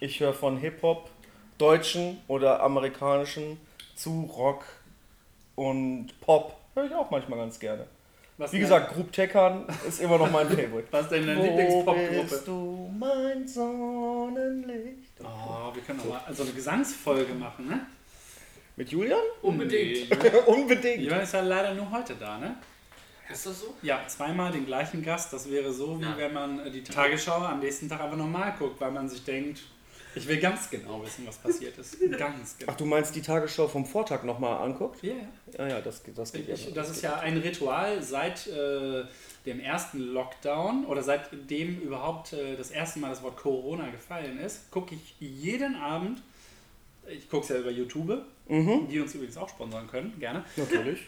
Speaker 3: Ich höre von Hip-Hop, deutschen oder amerikanischen zu Rock und Pop. Höre ich auch manchmal ganz gerne.
Speaker 2: Was
Speaker 3: Wie
Speaker 2: denn-
Speaker 3: gesagt, Group Teckern ist immer noch mein Favorite.
Speaker 2: was ist denn deine
Speaker 3: Wo
Speaker 2: Lieblingspopgruppe?
Speaker 3: bist du, mein Sonnenlicht?
Speaker 2: Oh, wir können doch mal so eine Gesangsfolge machen, ne?
Speaker 3: Mit Julian?
Speaker 4: Unbedingt.
Speaker 3: Unbedingt.
Speaker 2: Jörn ist ja leider nur heute da, ne?
Speaker 4: Ist das so?
Speaker 2: Ja, zweimal den gleichen Gast. Das wäre so, wie
Speaker 4: Ja.
Speaker 2: wenn man äh, die Tagesschau am nächsten Tag aber nochmal guckt, weil man sich denkt, ich will ganz genau wissen, was passiert ist. Ganz genau.
Speaker 3: Ach, du meinst die Tagesschau vom Vortag nochmal anguckt?
Speaker 2: Ja, ja.
Speaker 3: Ja, ja, das, geht- das geht ja.
Speaker 2: Ich, das ist ja ein Ritual seit äh, dem ersten Lockdown oder seitdem überhaupt äh, das erste Mal das Wort Corona gefallen ist, gucke ich jeden Abend, ich gucke es ja über YouTube, die uns übrigens auch sponsern können, gerne,
Speaker 3: Natürlich.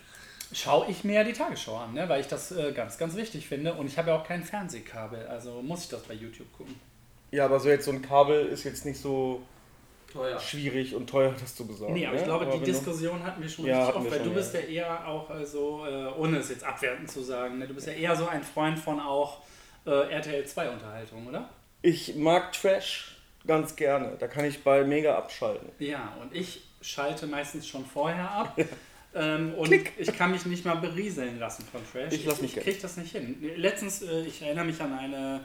Speaker 2: schaue ich mir ja die Tagesschau an, ne? weil ich das äh, ganz, ganz wichtig finde und ich habe ja auch kein Fernsehkabel, also muss ich das bei YouTube gucken.
Speaker 3: Ja, aber so jetzt so ein Kabel ist jetzt nicht so
Speaker 4: Teuer.
Speaker 3: schwierig und teuer, das zu besorgen.
Speaker 2: Nee, aber ich
Speaker 3: ne?
Speaker 2: glaube, die
Speaker 3: wenn du-
Speaker 2: Diskussion hatten wir schon
Speaker 3: Ja,
Speaker 2: richtig
Speaker 3: hatten
Speaker 2: oft,
Speaker 3: wir
Speaker 2: weil du
Speaker 3: schon,
Speaker 2: bist ja eher auch äh, so, äh, ohne es jetzt abwertend zu sagen, ne, du bist ja eher so ein Freund von auch äh, RTL 2 Unterhaltung, oder?
Speaker 3: Ich mag Trash ganz gerne. Da kann ich bei mega abschalten.
Speaker 2: Ja, und ich schalte meistens schon vorher ab. Ähm, und ich kann mich nicht mal berieseln lassen von Trash.
Speaker 3: Ich lass mich
Speaker 2: ich
Speaker 3: gehen.
Speaker 2: krieg das nicht hin. Letztens, äh, ich erinnere mich an eine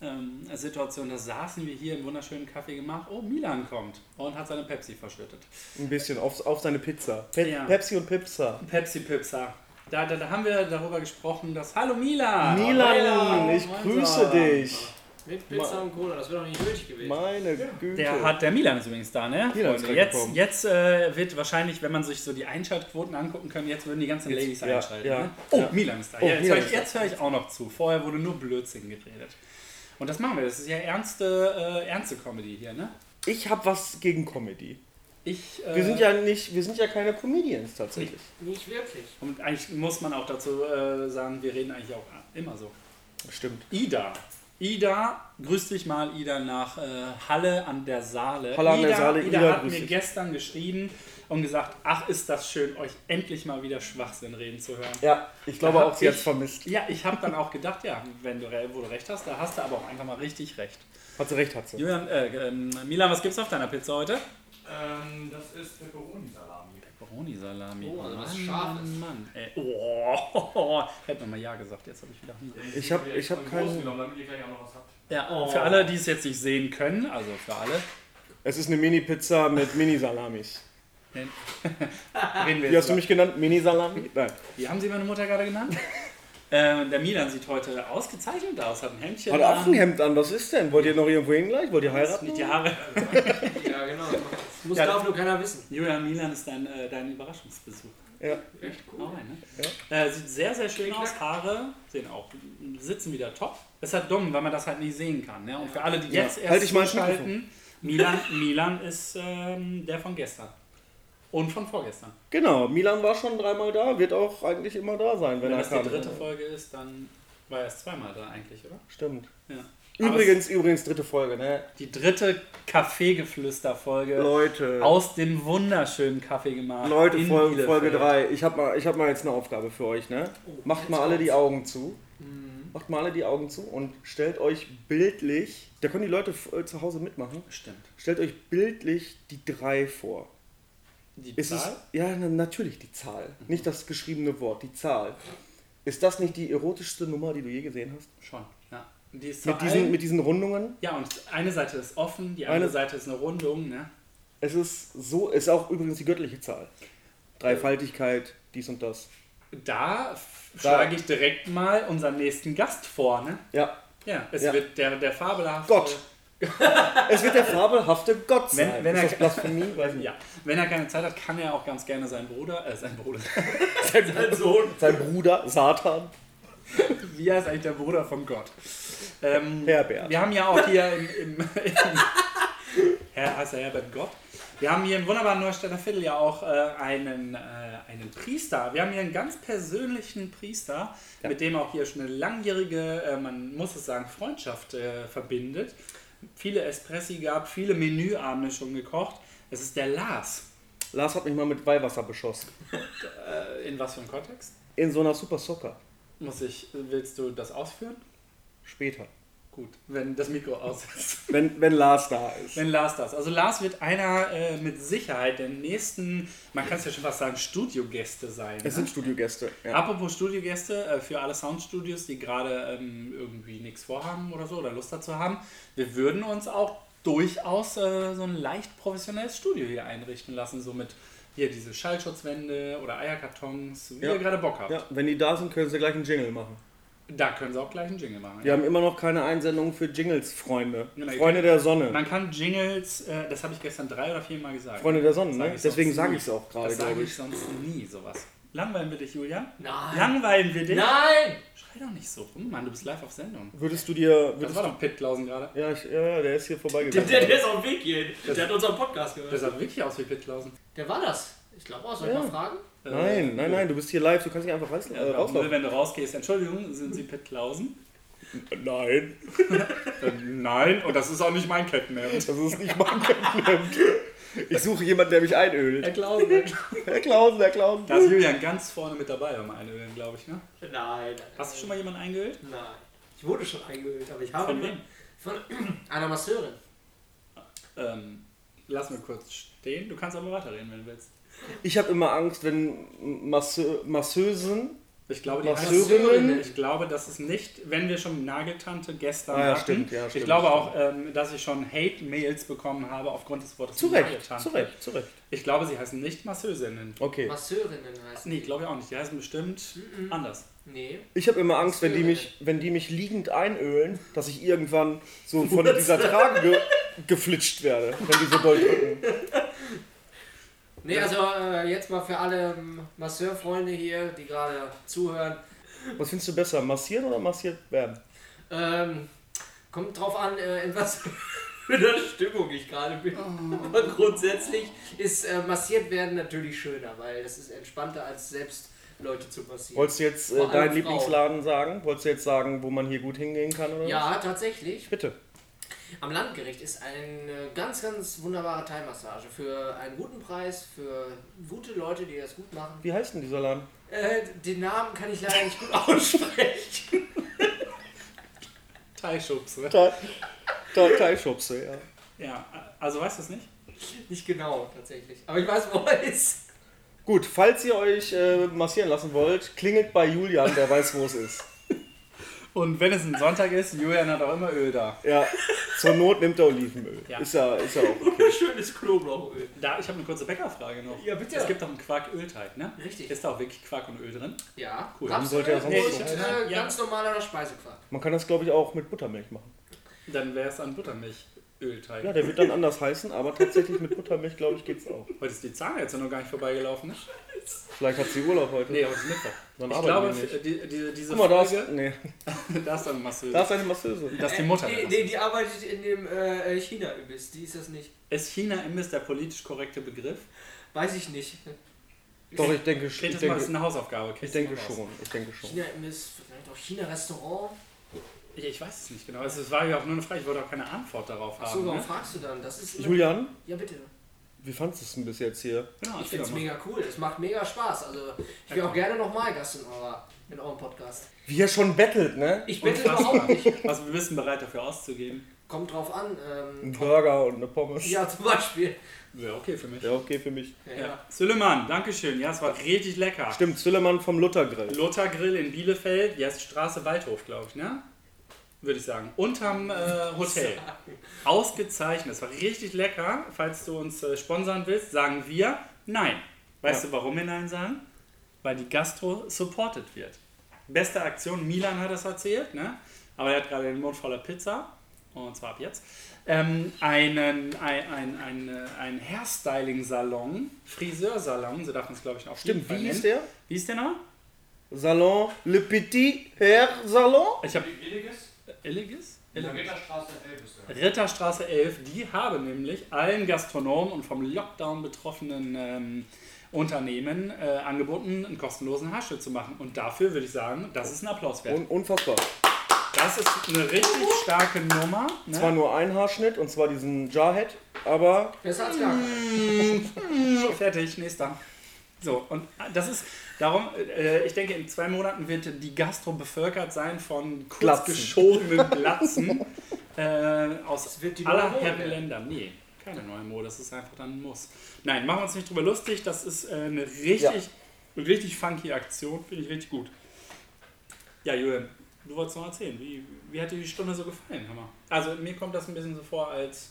Speaker 2: ähm, Situation, da saßen wir hier im wunderschönen Kaffee gemacht. Oh, Milan kommt und hat seine Pepsi verschüttet.
Speaker 3: Ein bisschen auf, auf seine Pizza. Pe
Speaker 2: Ja.
Speaker 3: Pepsi und Pizza.
Speaker 2: Pepsi Pipsa. Da, da, da haben wir darüber gesprochen, dass. Hallo Milan!
Speaker 3: Milan,
Speaker 2: Hallo,
Speaker 3: ich
Speaker 2: moin,
Speaker 3: grüße
Speaker 2: Sarah.
Speaker 3: dich.
Speaker 4: Mit Pizza und Cola, das wäre doch nicht nötig gewesen.
Speaker 3: Meine Güte.
Speaker 2: Der hat, der Milan ist übrigens da, ne?
Speaker 3: Milan ist
Speaker 2: Freunde, jetzt
Speaker 3: reingekommen.
Speaker 2: jetzt äh, wird wahrscheinlich, wenn man sich so die Einschaltquoten angucken kann, jetzt würden die ganzen Ladies
Speaker 3: ja,
Speaker 2: einschalten.
Speaker 3: ja,
Speaker 2: ne? Oh, Milan ist da.
Speaker 3: Oh,
Speaker 2: ja, jetzt
Speaker 3: Milan
Speaker 2: höre ich,
Speaker 3: ist da.
Speaker 2: jetzt höre ich auch noch zu. Vorher wurde nur Blödsinn geredet. Und das machen wir. Das ist ja ernste, äh, ernste Comedy hier, ne?
Speaker 3: Ich hab was gegen Comedy.
Speaker 2: Ich, äh,
Speaker 3: Wir sind ja nicht, wir sind ja keine Comedians tatsächlich.
Speaker 4: Nicht wirklich.
Speaker 2: Und eigentlich muss man auch dazu äh, sagen, wir reden eigentlich auch immer so.
Speaker 3: Stimmt.
Speaker 2: Ida. Ida, grüß dich mal, Ida, nach äh, Halle an der Saale.
Speaker 3: Halle an der Saale,
Speaker 2: Ida,
Speaker 3: Ida,
Speaker 2: hat
Speaker 3: grüß
Speaker 2: mir
Speaker 3: dich.
Speaker 2: gestern geschrieben und gesagt, ach, ist das schön, euch endlich mal wieder Schwachsinn reden zu hören.
Speaker 3: Ja, ich glaube
Speaker 2: Da
Speaker 3: auch,
Speaker 2: hab
Speaker 3: sie hat's
Speaker 2: ich-
Speaker 3: vermisst.
Speaker 2: Ja, ich habe dann auch gedacht, ja, wenn du, re- wo du recht hast, da hast du aber auch einfach mal richtig recht.
Speaker 3: Hat sie recht, hat sie.
Speaker 2: Julian, äh, ähm, Milan, was gibt's auf deiner Pizza heute?
Speaker 6: Ähm, das ist Pepperoni-Salami.
Speaker 2: Pepperoni-Salami.
Speaker 4: Oh, also was
Speaker 2: Mann,
Speaker 4: Scharfes.
Speaker 2: Mann, Mann. Ey, oh, hätte man mal Ja gesagt, jetzt habe ich wieder Hunger.
Speaker 3: Ich hab- ich hab keinen-
Speaker 6: genommen, damit ihr gleich auch noch was habt.
Speaker 2: Ja,
Speaker 4: oh.
Speaker 2: für alle, die es jetzt nicht sehen können, also für alle,
Speaker 3: Es ist eine Mini-Pizza mit Mini-Salamis.
Speaker 4: Ah.
Speaker 2: reden wir
Speaker 3: Wie
Speaker 2: jetzt
Speaker 3: hast du mich genannt? Mini-Salami? Nein.
Speaker 2: Wie haben Sie meine Mutter gerade genannt? ähm, der Milan sieht heute ausgezeichnet aus, hat ein Hemdchen.
Speaker 3: Hat auch ein Hemd an, was ist denn? Wollt ihr noch irgendwo hin gleich? Wollt ihr
Speaker 2: Heiraten?
Speaker 3: heiraten?
Speaker 2: Nicht die Haare.
Speaker 4: Ja, genau. Das muss
Speaker 2: Ja,
Speaker 4: darf nur keiner wissen.
Speaker 2: Julian Milan ist dein, äh, dein Überraschungsbesuch.
Speaker 3: Ja.
Speaker 4: Echt
Speaker 2: Hau rein, ne? äh, sieht sehr, sehr schön aus. Haare sehen auch, sitzen wieder top. Ist halt dumm, weil man das halt nicht sehen kann. Ne? Und für alle, die
Speaker 3: Ja.
Speaker 2: jetzt erst
Speaker 3: Halt ich mal ins
Speaker 2: zuschalten, Milan, Milan ist ähm, der von gestern. Und von vorgestern.
Speaker 3: Genau, Milan war schon dreimal da, wird auch eigentlich immer da sein, wenn,
Speaker 2: Wenn
Speaker 3: er
Speaker 2: das die
Speaker 3: kann.
Speaker 2: dritte Folge ist, dann war er erst zweimal da eigentlich, oder?
Speaker 3: Stimmt.
Speaker 2: Ja.
Speaker 3: Übrigens, übrigens, dritte Folge, ne?
Speaker 2: Die dritte Kaffeegeflüster-Folge.
Speaker 3: Leute,
Speaker 2: aus dem wunderschönen Kaffee gemacht.
Speaker 3: Leute,
Speaker 2: in
Speaker 3: Folge,
Speaker 2: Bielefeld.
Speaker 3: Folge 3. Ich hab, mal, ich hab mal jetzt eine Aufgabe für euch, ne?
Speaker 2: Oh,
Speaker 3: Macht mal alle die Augen zu.
Speaker 2: Mhm.
Speaker 3: Macht mal alle die Augen zu und stellt euch bildlich, da können die Leute f- äh, zu Hause mitmachen,
Speaker 2: Stimmt.
Speaker 3: stellt euch bildlich die drei vor.
Speaker 2: Die
Speaker 3: Ist es,
Speaker 2: Zahl?
Speaker 3: ja, na, natürlich die Zahl. Nicht das geschriebene Wort, die Zahl. Ist das nicht die erotischste Nummer, die du je gesehen hast?
Speaker 2: Schon. Ja. Die ist
Speaker 3: Mit
Speaker 2: zu
Speaker 3: diesen,
Speaker 2: allen-
Speaker 3: mit diesen Rundungen?
Speaker 2: ja, und eine Seite ist offen, die andere
Speaker 3: Eine-
Speaker 2: Seite ist eine Rundung. Ne?
Speaker 3: Es ist so, ist auch übrigens die göttliche Zahl. Dreifaltigkeit, dies und das.
Speaker 2: Da, f- schlage ich direkt mal unseren nächsten Gast vor. Ne?
Speaker 3: Ja.
Speaker 2: Ja, es
Speaker 3: Ja.
Speaker 2: wird der, der fabelhafte.
Speaker 3: Gott. Es wird der fabelhafte Gott
Speaker 2: Wenn-
Speaker 3: sein.
Speaker 2: wenn er-
Speaker 3: ist das Blasphemie? Weiß nicht.
Speaker 2: Ja, wenn er keine Zeit hat, kann er auch ganz gerne seinen Bruder, äh, seinen Bruder.
Speaker 4: Dein Sohn.
Speaker 3: Sein Bruder, Satan.
Speaker 2: Wie heißt eigentlich der Bruder von Gott? Ähm,
Speaker 3: Herbert.
Speaker 2: Wir haben ja auch hier im, im, im Herr, heißt er Herbert Gott. Wir haben hier im wunderbaren Neustädter Viertel ja auch äh, einen, äh, einen Priester. Wir haben hier einen ganz persönlichen Priester, mit dem auch hier schon eine langjährige, äh, man muss es sagen, Freundschaft äh, verbindet. Viele Espressi gab, viele Menüabende schon gekocht. Es ist der Lars.
Speaker 3: Lars hat mich mal mit Weihwasser beschossen.
Speaker 2: Äh, In was für einem Kontext?
Speaker 3: In so einer Super Soccer.
Speaker 2: Muss ich, willst du das ausführen?
Speaker 3: Später.
Speaker 2: Gut, wenn das Mikro aus ist.
Speaker 3: Wenn, wenn Lars da ist.
Speaker 2: Wenn Lars das. Also Lars wird einer äh, mit Sicherheit der nächsten, man kann es ja schon fast sagen, Studiogäste sein.
Speaker 3: Es
Speaker 2: ne?
Speaker 3: sind Studiogäste. Ja.
Speaker 2: Apropos Studiogäste, äh, für alle Soundstudios, die gerade ähm, irgendwie nichts vorhaben oder so oder Lust dazu haben, wir würden uns auch durchaus äh, so ein leicht professionelles Studio hier einrichten lassen, so mit hier diese Schallschutzwände oder Eierkartons, wie
Speaker 3: Ja.
Speaker 2: ihr gerade Bock habt.
Speaker 3: Ja, wenn die da sind, können sie gleich einen Jingle machen.
Speaker 2: Da können sie auch gleich einen Jingle machen.
Speaker 3: Wir haben immer noch keine Einsendung für Jingles, Freunde.
Speaker 2: Nein, nein,
Speaker 3: Freunde der Sonne.
Speaker 2: Man kann Jingles, äh, das habe ich gestern drei oder vier Mal gesagt.
Speaker 3: Freunde der Sonne,
Speaker 2: Sag
Speaker 3: ne?
Speaker 2: ich
Speaker 3: Deswegen
Speaker 2: sonst
Speaker 3: sage
Speaker 2: nie.
Speaker 3: ich es auch gerade,
Speaker 2: Das sage
Speaker 3: glaube
Speaker 2: ich
Speaker 3: ich.
Speaker 2: sonst nie, sowas. Langweilen wir dich, Julian?
Speaker 4: Nein.
Speaker 2: Langweilen wir dich?
Speaker 4: Nein!
Speaker 2: Schrei doch nicht so rum, Mann, du bist live auf Sendung.
Speaker 3: Würdest du dir.
Speaker 2: Das
Speaker 3: Würdest
Speaker 2: war doch Pit Klausen gerade.
Speaker 3: Ja, ich, ja, ja, der ist hier
Speaker 4: Der,
Speaker 3: vorbeigegangen.
Speaker 4: der, der ist auf dem Weg hier. Der hat unseren Podcast
Speaker 2: Der
Speaker 4: gehört.
Speaker 2: sah wirklich aus wie Pit Klausen.
Speaker 4: Der war das. Ich glaube auch. Soll ich
Speaker 3: Ja.
Speaker 4: mal fragen?
Speaker 2: Äh,
Speaker 3: Nein, nein, nein, du bist hier live, du kannst nicht einfach reißen,
Speaker 2: Ja,
Speaker 3: äh,
Speaker 2: auch nur,
Speaker 3: rauslaufen.
Speaker 2: wenn du rausgehst, Entschuldigung, sind sie Pit Klausen?
Speaker 3: Nein,
Speaker 2: Äh, Nein, und das ist auch nicht mein Kettenhemd.
Speaker 3: das ist nicht mein Kettenhemd. Ich suche jemanden, der mich einölt.
Speaker 2: Herr Klausen, Herr Klausen.
Speaker 3: Herr Klausen, Herr Klausen.
Speaker 2: Da ist Julian ganz vorne mit dabei um beim Einölen, glaube ich. Ne?
Speaker 7: Nein.
Speaker 2: Hast du schon mal jemanden eingeölt?
Speaker 7: Nein. Ich wurde schon eingeölt, aber ich habe.
Speaker 2: Von wem?
Speaker 7: Von einer Masseurin.
Speaker 2: Ähm, lass mir kurz stehen. Du kannst aber weiterreden, wenn du willst.
Speaker 3: Ich habe immer Angst, wenn Masse Masseusen
Speaker 2: Ich glaube, die
Speaker 3: Masseurinnen?
Speaker 2: heißt- Ich glaube, das ist nicht, wenn wir schon Nageltante gestern
Speaker 3: Ah, ja,
Speaker 2: hatten.
Speaker 3: stimmt, ja,
Speaker 2: ich
Speaker 3: stimmt,
Speaker 2: glaube
Speaker 3: stimmt.
Speaker 2: auch, ähm, dass ich schon Hate-Mails bekommen habe aufgrund des Wortes
Speaker 3: Zu Recht,
Speaker 2: Nageltante.
Speaker 3: zu Recht, zu Recht.
Speaker 2: Ich glaube, sie heißen nicht Masseusinnen.
Speaker 3: Okay.
Speaker 7: Masseurinnen heißt
Speaker 2: Nee, glaube ich auch nicht. Die heißen bestimmt
Speaker 7: Mhm.
Speaker 2: anders.
Speaker 7: Nee.
Speaker 3: Ich habe immer Angst, wenn die, mich, wenn die mich liegend einölen, dass ich irgendwann so von dieser Trage ge geflitscht werde, wenn die so doll drücken.
Speaker 7: Nee, also äh, jetzt mal für alle ähm, Masseurfreunde hier, die gerade zuhören.
Speaker 3: Was findest du besser, massieren oder massiert werden?
Speaker 7: Ähm, kommt drauf an, äh, in was für einer Stimmung ich gerade bin.
Speaker 2: Oh.
Speaker 7: Aber grundsätzlich ist äh, massiert werden natürlich schöner, weil das ist entspannter als selbst Leute zu massieren.
Speaker 3: Wolltest du jetzt äh,
Speaker 7: Vor allem
Speaker 3: deinen
Speaker 7: Frauen.
Speaker 3: Lieblingsladen sagen? Wolltest du jetzt sagen, wo man hier gut hingehen kann oder was?
Speaker 7: Ja, tatsächlich.
Speaker 3: Bitte.
Speaker 7: Am Landgericht ist eine ganz, ganz wunderbare Thai-Massage für einen guten Preis, für gute Leute, die das gut machen.
Speaker 3: Wie heißt denn dieser Laden?
Speaker 7: Äh, den Namen kann ich leider nicht gut aussprechen.
Speaker 2: Teilschubs, ne?
Speaker 3: Thai- Thai- Thai-Schubse, ja.
Speaker 2: Ja, also weißt du es nicht?
Speaker 7: nicht genau, tatsächlich. Aber ich weiß, wo er ist.
Speaker 3: Gut, falls ihr euch äh, massieren lassen wollt, klingelt bei Julian, der weiß, wo es ist.
Speaker 2: Und wenn es ein Sonntag ist, Julian hat auch immer Öl da.
Speaker 3: Ja, zur Not nimmt er Olivenöl.
Speaker 2: Ja.
Speaker 3: Ist ja ist ja auch okay.
Speaker 7: Schönes Knoblauchöl.
Speaker 2: da ich habe eine kurze Bäckerfrage noch.
Speaker 7: Ja, bitte.
Speaker 2: Es gibt doch einen Quark-Ölteig, ne?
Speaker 7: Richtig.
Speaker 2: Ist da auch wirklich Quark und Öl drin?
Speaker 7: Ja,
Speaker 2: Cool.
Speaker 7: Rapsöl
Speaker 3: sollte er sonst
Speaker 7: und
Speaker 3: so
Speaker 2: sein?
Speaker 7: äh,
Speaker 2: Ja.
Speaker 7: ganz normaler Speisequark.
Speaker 3: Man kann das, glaube ich, auch mit Buttermilch machen.
Speaker 2: Dann wäre es ein Buttermilch-Ölteig.
Speaker 3: Ja, der wird dann anders heißen, aber tatsächlich mit Buttermilch, glaube ich, geht's auch.
Speaker 2: Heute ist die Zahnärztin noch gar nicht vorbeigelaufen, ne?
Speaker 3: Vielleicht hat sie Urlaub heute.
Speaker 2: Nee, heute ist Mittwoch.
Speaker 3: Dann
Speaker 2: ich
Speaker 3: arbeiten
Speaker 2: glaube,
Speaker 3: wir nicht.
Speaker 2: die, die, diese
Speaker 3: Guck mal, da ist,
Speaker 2: Folge,
Speaker 3: nee,
Speaker 2: da ist dann Marcel.
Speaker 3: da ist eine Masseuse.
Speaker 2: das ist die Mutter.
Speaker 7: Äh,
Speaker 2: der
Speaker 7: nee,
Speaker 2: das-
Speaker 7: nee, die arbeitet in dem äh, China-Imbiss. Die ist das nicht.
Speaker 2: Ist China-Imbiss der politisch korrekte Begriff?
Speaker 7: Weiß ich nicht.
Speaker 3: Doch, ich denke, sch-
Speaker 2: Peter,
Speaker 3: ich
Speaker 2: das ist
Speaker 3: denke,
Speaker 2: eine Hausaufgabe.
Speaker 3: ich
Speaker 2: kriegst du
Speaker 3: denke
Speaker 2: mal raus.
Speaker 3: schon. Ich denke schon.
Speaker 7: China-Imbiss, vielleicht auch China-Restaurant.
Speaker 2: Ich, ich weiß es nicht genau. Es es war ja auch nur eine Frage. Ich wollte auch keine Antwort darauf haben.
Speaker 7: Achso, warum
Speaker 2: ne?
Speaker 7: fragst du dann? Das ist immer-
Speaker 3: Julian,
Speaker 7: Ja, bitte.
Speaker 3: wie fandest du es denn bis jetzt hier?
Speaker 2: Genau,
Speaker 7: Ich finde es
Speaker 2: mega.
Speaker 7: mega cool. Es macht mega Spaß. Also, ich wäre auch gerne nochmal Gast in, eurer, in eurem Podcast.
Speaker 3: Wie er schon bettelt, ne?
Speaker 7: Ich bitte
Speaker 2: Unfassbar.
Speaker 7: überhaupt nicht.
Speaker 2: Also wir wissen bereit dafür auszugeben.
Speaker 7: Kommt drauf an. Ähm,
Speaker 3: Ein Burger und eine Pommes.
Speaker 7: ja, zum Beispiel.
Speaker 2: Wäre okay für mich.
Speaker 3: Ja, okay für mich.
Speaker 7: Ja, genau.
Speaker 2: Ja. Süleyman, Dankeschön. Ja, es war richtig lecker.
Speaker 3: Stimmt, Züllermann vom Luthergrill.
Speaker 2: Lothar Grill in Bielefeld, jetzt Straße Waldhof, glaube ich, ne? Würde ich sagen. Unterm äh, Hotel. Ausgezeichnet. Es war richtig lecker. Falls du uns äh, sponsern willst, sagen wir nein. Weißt du, warum wir nein sagen? Weil die Gastro supported wird. Beste Aktion, Milan hat das erzählt, ne? Aber er hat gerade den Mund voller Pizza. Und zwar ab jetzt. Ähm, einen, ein, ein, ein, äh, ein Hairstyling-Salon, Friseursalon, so darf man es glaube ich auch
Speaker 3: Stimmt, wie hieß der?
Speaker 2: Wie ist der noch?
Speaker 3: Salon Le Petit Herr Salon?
Speaker 2: Ich habe
Speaker 6: Williges?
Speaker 2: Illigis?
Speaker 6: In der Ritterstraße 11 ist er.
Speaker 2: Ritterstraße 11, die haben nämlich allen Gastronomen und vom Lockdown betroffenen ähm, Unternehmen äh, angeboten, einen kostenlosen Haarschnitt zu machen. Und dafür würde ich sagen, das ist ein Applaus wert.
Speaker 3: Un unfassbar.
Speaker 2: das ist eine richtig starke Nummer.
Speaker 3: Es war
Speaker 2: Ne?
Speaker 3: nur ein Haarschnitt und zwar diesen Jarhead, aber
Speaker 7: Besser als gar keiner.
Speaker 3: Mm.
Speaker 2: Fertig, nächster. So, und das ist, darum, äh, ich denke, in zwei Monaten wird die Gastro bevölkert sein von kurz
Speaker 3: Glatzen.
Speaker 2: geschorenen Glatzen äh, aus
Speaker 7: Das wird die neue
Speaker 2: aller
Speaker 7: Mode
Speaker 2: Herren
Speaker 7: werden.
Speaker 2: Länder. Nee, keine neue Mode, das ist einfach dann ein Muss. Nein, machen wir uns nicht drüber lustig, das ist äh, eine richtig,
Speaker 3: Ja.
Speaker 2: eine richtig funky Aktion, finde ich richtig gut. Ja, Julian, du wolltest noch erzählen, wie, wie hat dir die Stunde so gefallen, Hammer? Also mir kommt das ein bisschen so vor, als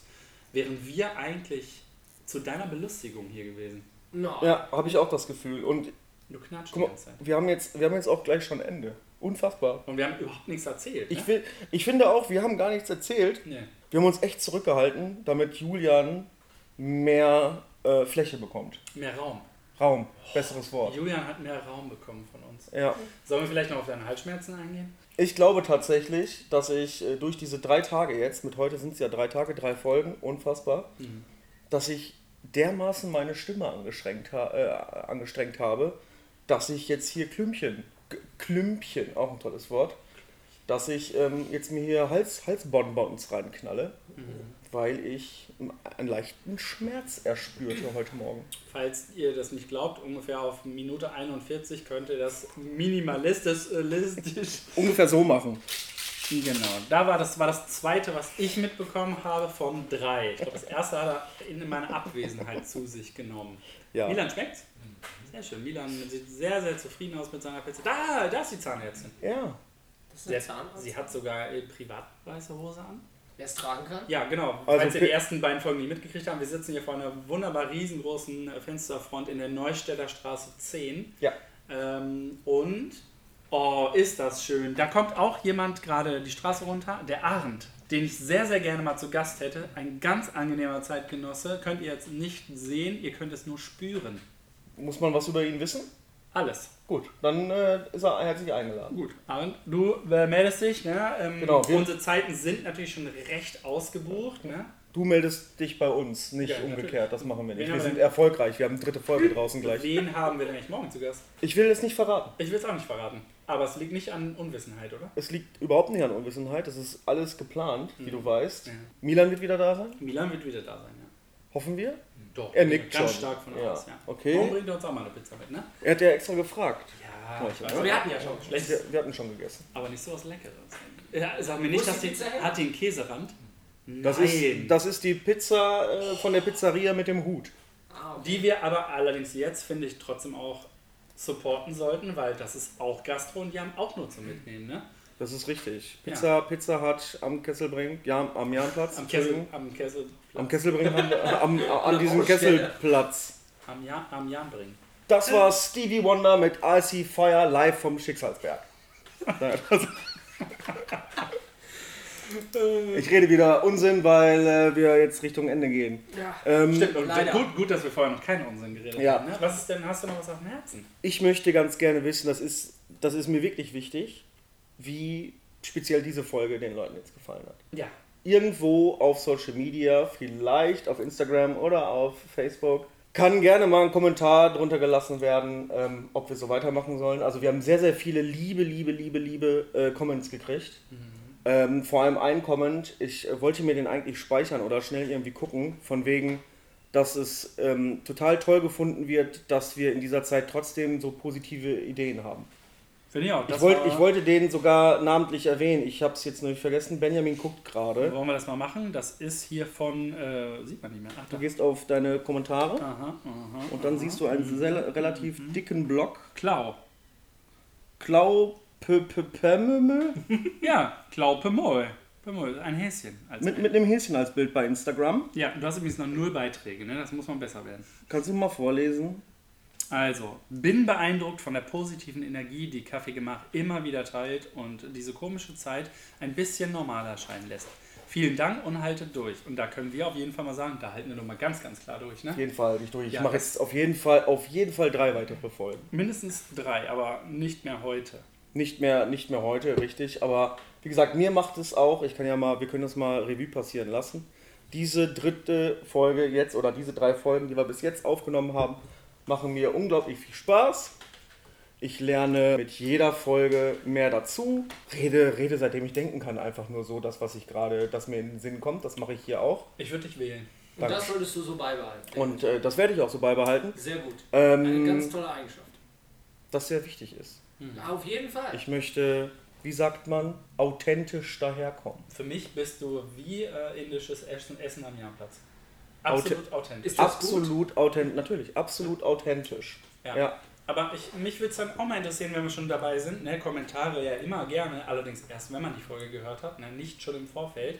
Speaker 2: wären wir eigentlich zu deiner Belustigung hier gewesen.
Speaker 7: No.
Speaker 3: ja, habe ich auch das Gefühl. Und
Speaker 2: Du knatschst die
Speaker 3: guck mal,
Speaker 2: ganze Zeit.
Speaker 3: wir haben jetzt, wir haben jetzt auch gleich schon Ende. Unfassbar.
Speaker 2: Und wir haben überhaupt nichts erzählt.
Speaker 3: Ich,
Speaker 2: ne?
Speaker 3: will, ich finde auch, wir haben gar nichts erzählt.
Speaker 2: Nee.
Speaker 3: Wir haben uns echt zurückgehalten, damit Julian mehr äh, Fläche bekommt.
Speaker 2: Mehr Raum.
Speaker 3: Raum, besseres Wort.
Speaker 2: Julian hat mehr Raum bekommen von uns.
Speaker 3: Ja.
Speaker 2: Sollen wir vielleicht noch auf deine Halsschmerzen eingehen?
Speaker 3: Ich glaube tatsächlich, dass ich äh, durch diese drei Tage jetzt, mit heute sind es ja drei Tage, drei Folgen, unfassbar, dass ich dermaßen meine Stimme angestrengt, ha äh, angestrengt habe, dass ich jetzt hier Klümpchen, G Klümpchen, auch ein tolles Wort, dass ich ähm, jetzt mir hier Hals, Halsbonbons reinknalle, weil ich einen leichten Schmerz erspürte heute Morgen.
Speaker 2: Falls ihr das nicht glaubt, ungefähr auf Minute 41 könnt ihr das minimalistisch. äh, listisch-
Speaker 3: Ungefähr so machen.
Speaker 2: Genau, da war das, war das zweite, was ich mitbekommen habe von drei. Ich glaube, das erste hat er in meiner Abwesenheit zu sich genommen.
Speaker 3: Ja.
Speaker 2: Milan schmeckt's? Sehr schön. Milan sieht sehr, sehr zufrieden aus mit seiner Pizza. Da, da ist die Zahnärztin.
Speaker 3: Ja.
Speaker 7: Das ist
Speaker 2: Sie
Speaker 7: ein
Speaker 2: hat,
Speaker 7: Zahnarzt.
Speaker 2: sie hat sogar äh, privat weiße Hose an.
Speaker 7: Wer es tragen kann?
Speaker 2: Ja, genau.
Speaker 3: Also
Speaker 2: Falls ihr die
Speaker 3: Pi-
Speaker 2: ersten beiden Folgen nicht mitgekriegt habt, wir sitzen hier vor einer wunderbar riesengroßen äh, Fensterfront in der Neustädter Straße 10.
Speaker 3: Ja.
Speaker 2: Ähm, und, oh, ist das schön. Da kommt auch jemand gerade die Straße runter, der Arndt, den ich sehr, sehr gerne mal zu Gast hätte. Ein ganz angenehmer Zeitgenosse. Könnt ihr jetzt nicht sehen, ihr könnt es nur spüren.
Speaker 3: Muss man was über ihn wissen?
Speaker 2: Alles.
Speaker 3: Gut, dann äh, ist er herzlich eingeladen.
Speaker 2: Gut, Arndt, du äh, meldest dich. Ne? Ähm,
Speaker 3: Genau, wir-
Speaker 2: Unsere Zeiten sind natürlich schon recht ausgebucht. Ne?
Speaker 3: Du meldest dich bei uns, nicht
Speaker 2: Ja, Hm. natürlich.
Speaker 3: umgekehrt. Das machen wir nicht.
Speaker 2: Wen
Speaker 3: Wir
Speaker 2: haben wir
Speaker 3: sind
Speaker 2: denn?
Speaker 3: erfolgreich. Wir haben dritte Folge draußen gleich.
Speaker 2: Wen haben wir denn eigentlich morgen zu Gast?
Speaker 3: Ich will es nicht verraten.
Speaker 2: Ich will es auch nicht verraten. Aber es liegt nicht an Unwissenheit, oder?
Speaker 3: Es liegt überhaupt nicht an Unwissenheit. Das ist alles geplant, wie
Speaker 2: Hm.
Speaker 3: du weißt. Milan wird wieder da sein,
Speaker 2: Milan wird wieder da sein, ja.
Speaker 3: hoffen wir.
Speaker 2: Doch.
Speaker 3: Er nickt
Speaker 2: Ganz
Speaker 3: schon.
Speaker 2: stark von
Speaker 3: Ja.
Speaker 2: aus, ja.
Speaker 3: Okay.
Speaker 2: Warum bringt er uns auch mal eine Pizza mit, ne?
Speaker 3: Er hat ja extra gefragt.
Speaker 2: Ja, also ich
Speaker 3: ich weiß.
Speaker 2: weiß.
Speaker 7: Wir hatten ja schon.
Speaker 2: Schlecht,
Speaker 3: Wir, wir hatten schon gegessen.
Speaker 2: aber nicht so was Leckeres. Ja, sag mir nicht,
Speaker 7: Muss
Speaker 2: dass
Speaker 7: die
Speaker 2: die,
Speaker 7: Pizza her?
Speaker 2: hat die einen Käserand.
Speaker 3: Das,
Speaker 2: Nein.
Speaker 3: Ist, das ist die Pizza äh, von der Pizzeria mit dem Hut.
Speaker 7: Ah, okay.
Speaker 2: Die wir aber allerdings jetzt, finde ich, trotzdem auch supporten sollten, weil das ist auch Gastro und die haben auch nur zum Mitnehmen, ne?
Speaker 3: Das ist richtig. Pizza, Pizza hat am Kesselbrink, ja, am Jahnplatz.
Speaker 2: Am
Speaker 3: Entschuldigung.
Speaker 2: Kessel, am Kessel,
Speaker 3: Am Kesselbrink haben wir, am, an diesem Kesselplatz.
Speaker 2: am, ja am Jahnbring.
Speaker 3: Das war Stevie Wonder mit RC Fire live vom Schicksalsberg. Ich rede wieder Unsinn, weil äh, wir jetzt Richtung Ende gehen.
Speaker 7: Ja.
Speaker 3: Ähm,
Speaker 2: Und
Speaker 7: Leider.
Speaker 2: gut, gut, dass wir vorher noch keinen Unsinn geredet
Speaker 3: Ja.
Speaker 2: haben, ne? Was ist denn, hast du noch was auf dem Herzen?
Speaker 3: ich möchte ganz gerne wissen, das ist, das ist mir wirklich wichtig, wie speziell diese Folge den Leuten jetzt gefallen hat.
Speaker 2: Ja,
Speaker 3: irgendwo auf Social Media, vielleicht auf Instagram oder auf Facebook. Kann gerne mal ein Kommentar drunter gelassen werden, ähm, ob wir so weitermachen sollen. Also wir haben sehr, sehr viele liebe, liebe, liebe, liebe äh, Comments gekriegt.
Speaker 2: Mhm.
Speaker 3: Ähm, vor allem ein Comment, ich äh, wollte mir den eigentlich speichern oder schnell irgendwie gucken, von wegen, dass es ähm, total toll gefunden wird, dass wir in dieser Zeit trotzdem so positive Ideen haben.
Speaker 2: finde ich auch. Das
Speaker 3: Ich, wollt,
Speaker 2: war-
Speaker 3: ich wollte den sogar namentlich erwähnen. Ich habe es jetzt nämlich vergessen. Benjamin guckt gerade.
Speaker 2: Wollen wir das mal machen? Das ist hier von, äh, sieht man nicht mehr. Ach, da.
Speaker 3: Du gehst auf deine Kommentare
Speaker 2: Aha, aha.
Speaker 3: und dann siehst du einen sehr, relativ dicken Block.
Speaker 2: Klau.
Speaker 3: Klau p- p- Pemmeme?
Speaker 2: Ja, Klau Pemol. Pemol, ein Häschen. Also,
Speaker 3: mit, mit einem Häschen als Bild bei Instagram.
Speaker 2: ja, du hast übrigens noch null Beiträge, ne? das muss man besser werden.
Speaker 3: Kannst du mal vorlesen?
Speaker 2: Also, bin beeindruckt von der positiven Energie, die Kaffeegemach immer wieder teilt und diese komische Zeit ein bisschen normaler erscheinen lässt. Vielen Dank und haltet durch. Und da können wir auf jeden Fall mal sagen, da halten wir doch mal ganz, ganz klar durch.
Speaker 3: Auf
Speaker 2: Ne?
Speaker 3: jeden Fall nicht durch. Ich
Speaker 2: Ja.
Speaker 3: mache jetzt auf jeden Fall, auf jeden Fall drei weitere Folgen.
Speaker 2: Mindestens drei, aber nicht mehr heute.
Speaker 3: Nicht mehr, nicht mehr heute, richtig. Aber wie gesagt, mir macht es auch, ich kann ja mal, wir können das mal Revue passieren lassen. Diese dritte Folge jetzt oder diese drei Folgen, die wir bis jetzt aufgenommen haben, machen mir unglaublich viel Spaß. Ich lerne mit jeder Folge mehr dazu. Rede, rede, seitdem ich denken kann, einfach nur so das, was ich gerade, das mir in den Sinn kommt. Das mache ich hier auch.
Speaker 2: Ich würde dich wählen.
Speaker 7: Und das solltest du so beibehalten.
Speaker 3: Und äh, das werde ich auch so beibehalten,
Speaker 7: Sehr gut. Eine
Speaker 3: ähm,
Speaker 4: Äh,
Speaker 7: ganz tolle Eigenschaft.
Speaker 3: dass sehr wichtig ist.
Speaker 7: Auf jeden Fall.
Speaker 3: Ich möchte, wie sagt man, authentisch daherkommen.
Speaker 2: Für mich bist du wie äh, indisches Essen, Essen am Jahrplatz. Absolut authentisch.
Speaker 7: Ist das gut?
Speaker 3: Absolut authentisch, natürlich, absolut authentisch.
Speaker 2: Ja.
Speaker 3: Ja.
Speaker 2: Aber ich, mich würde es dann auch mal interessieren, wenn wir schon dabei sind. Ne? Kommentare ja immer gerne, allerdings erst, wenn man die Folge gehört hat, ne? nicht schon im Vorfeld.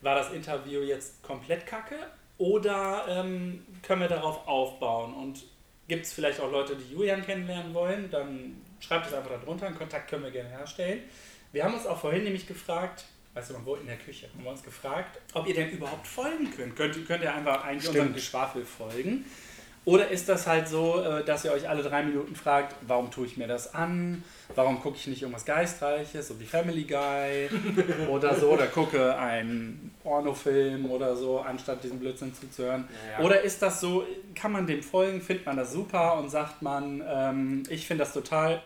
Speaker 2: War das Interview jetzt komplett kacke oder ähm, können wir darauf aufbauen? Und gibt es vielleicht auch Leute, die Julian kennenlernen wollen? Dann schreibt es einfach darunter. Einen Kontakt können wir gerne herstellen. Wir haben uns auch vorhin nämlich gefragt, weißt du, man wo in der Küche, haben wir uns gefragt, ob ihr denn überhaupt folgen könnt. Könnt, könnt ihr einfach eigentlich unserem Geschwafel folgen? Oder ist das halt so, äh, dass ihr euch alle drei Minuten fragt, warum tue ich mir das an? Warum gucke ich nicht irgendwas Geistreiches, so wie Family Guy oder so? Oder gucke einen Pornofilm oder so, anstatt diesen Blödsinn zuzuhören? Oder ist das so, kann man dem folgen, findet man das super und sagt man, ähm, ich finde das total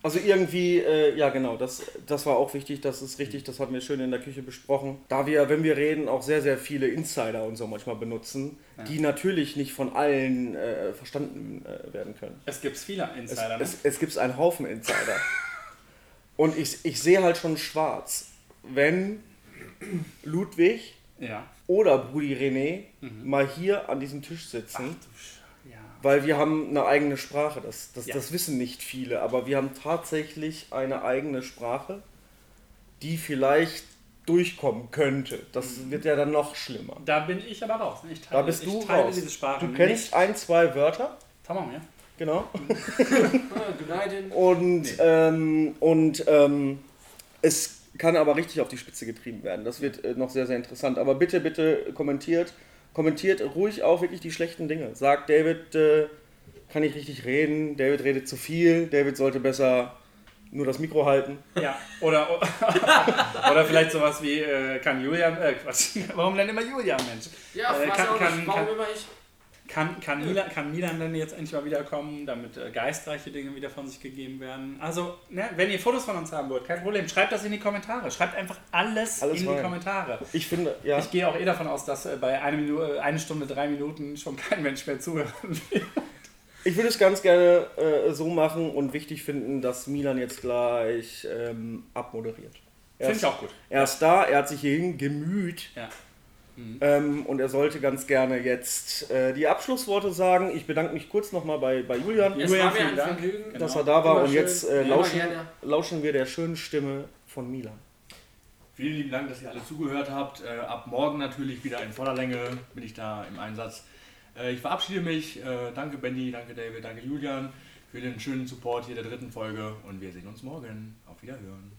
Speaker 3: Also irgendwie, äh, ja genau, das, das war auch wichtig, das ist richtig, das hatten wir schön in der Küche besprochen. Da wir, wenn wir reden, auch sehr, sehr viele Insider und so manchmal benutzen, die natürlich nicht von allen äh, verstanden äh, werden können.
Speaker 2: Es gibt viele Insider, ne?
Speaker 3: Es, es gibt einen Haufen Insider. und ich, ich sehe halt schon schwarz, wenn Ludwig
Speaker 2: Ja.
Speaker 3: oder Brudi René
Speaker 7: Mhm.
Speaker 3: mal hier an diesem Tisch sitzen.
Speaker 2: ja.
Speaker 3: Weil wir haben eine eigene Sprache, das, das,
Speaker 2: Ja.
Speaker 3: das wissen nicht viele, aber wir haben tatsächlich eine eigene Sprache, die vielleicht durchkommen könnte. Das wird ja dann noch schlimmer.
Speaker 2: Da bin ich aber raus. ne? Ich teile,
Speaker 3: Da bist
Speaker 2: Mhm. Also
Speaker 3: du
Speaker 2: ich teile
Speaker 3: raus.
Speaker 2: diese Sprache.
Speaker 3: du kennst ein, zwei Wörter,
Speaker 2: nicht. Tamam, ja.
Speaker 3: genau.
Speaker 7: Gneiden.
Speaker 3: Und, ähm, und ähm, es kann aber richtig auf die Spitze getrieben werden. Das wird äh, noch sehr, sehr interessant. Aber bitte, bitte kommentiert. Kommentiert ruhig auch wirklich die schlechten Dinge. Sagt, David äh, kann nicht richtig reden, David redet zu viel, David sollte besser nur das Mikro halten.
Speaker 2: Ja, oder, oder vielleicht sowas wie, äh, kann Julian, äh, Quatsch, warum denn immer Julian, Mensch?
Speaker 7: Ja,
Speaker 2: Äh,
Speaker 7: weiß
Speaker 2: kann-
Speaker 7: auch nicht,
Speaker 2: kann-
Speaker 7: warum
Speaker 2: kann-
Speaker 7: immer ich.
Speaker 2: Kann, kann, Milan, kann Milan denn jetzt endlich mal wiederkommen, damit äh, geistreiche Dinge wieder von sich gegeben werden? Also, ne, wenn ihr Fotos von uns haben wollt, kein Problem, schreibt das in die Kommentare. Schreibt einfach alles,
Speaker 3: Alles
Speaker 2: in die
Speaker 3: rein.
Speaker 2: Kommentare.
Speaker 3: Ich finde, ja.
Speaker 2: Ich gehe auch eh davon aus, dass äh, bei einer Minu äh, eine Stunde, drei Minuten schon kein Mensch mehr zuhören will.
Speaker 3: Ich würde es ganz gerne äh, so machen und wichtig finden, dass Milan jetzt gleich ähm, abmoderiert. Er
Speaker 2: Finde
Speaker 3: ist,
Speaker 2: ich auch gut.
Speaker 3: er ist da, er hat sich hierhin gemüht
Speaker 2: Ja.
Speaker 7: Mhm.
Speaker 3: ähm, und er sollte ganz gerne jetzt äh, die Abschlussworte sagen. Ich bedanke mich kurz nochmal bei, bei Julian,
Speaker 7: Es war mir
Speaker 2: vielen
Speaker 7: ein
Speaker 2: Dank.
Speaker 7: Vergnügen.
Speaker 3: dass er da war
Speaker 7: genau. Immer
Speaker 3: und jetzt
Speaker 7: schön.
Speaker 3: äh,
Speaker 7: Immer
Speaker 3: lauschen,
Speaker 7: gerne.
Speaker 3: lauschen wir der schönen Stimme von Milan.
Speaker 6: Vielen lieben Dank, dass ihr alle zugehört habt. Äh, ab morgen natürlich wieder in voller Länge bin ich da im Einsatz. Äh, ich verabschiede mich. Äh, danke Benny, danke David, danke Julian für den schönen Support hier der dritten Folge und wir sehen uns morgen. Auf Wiederhören.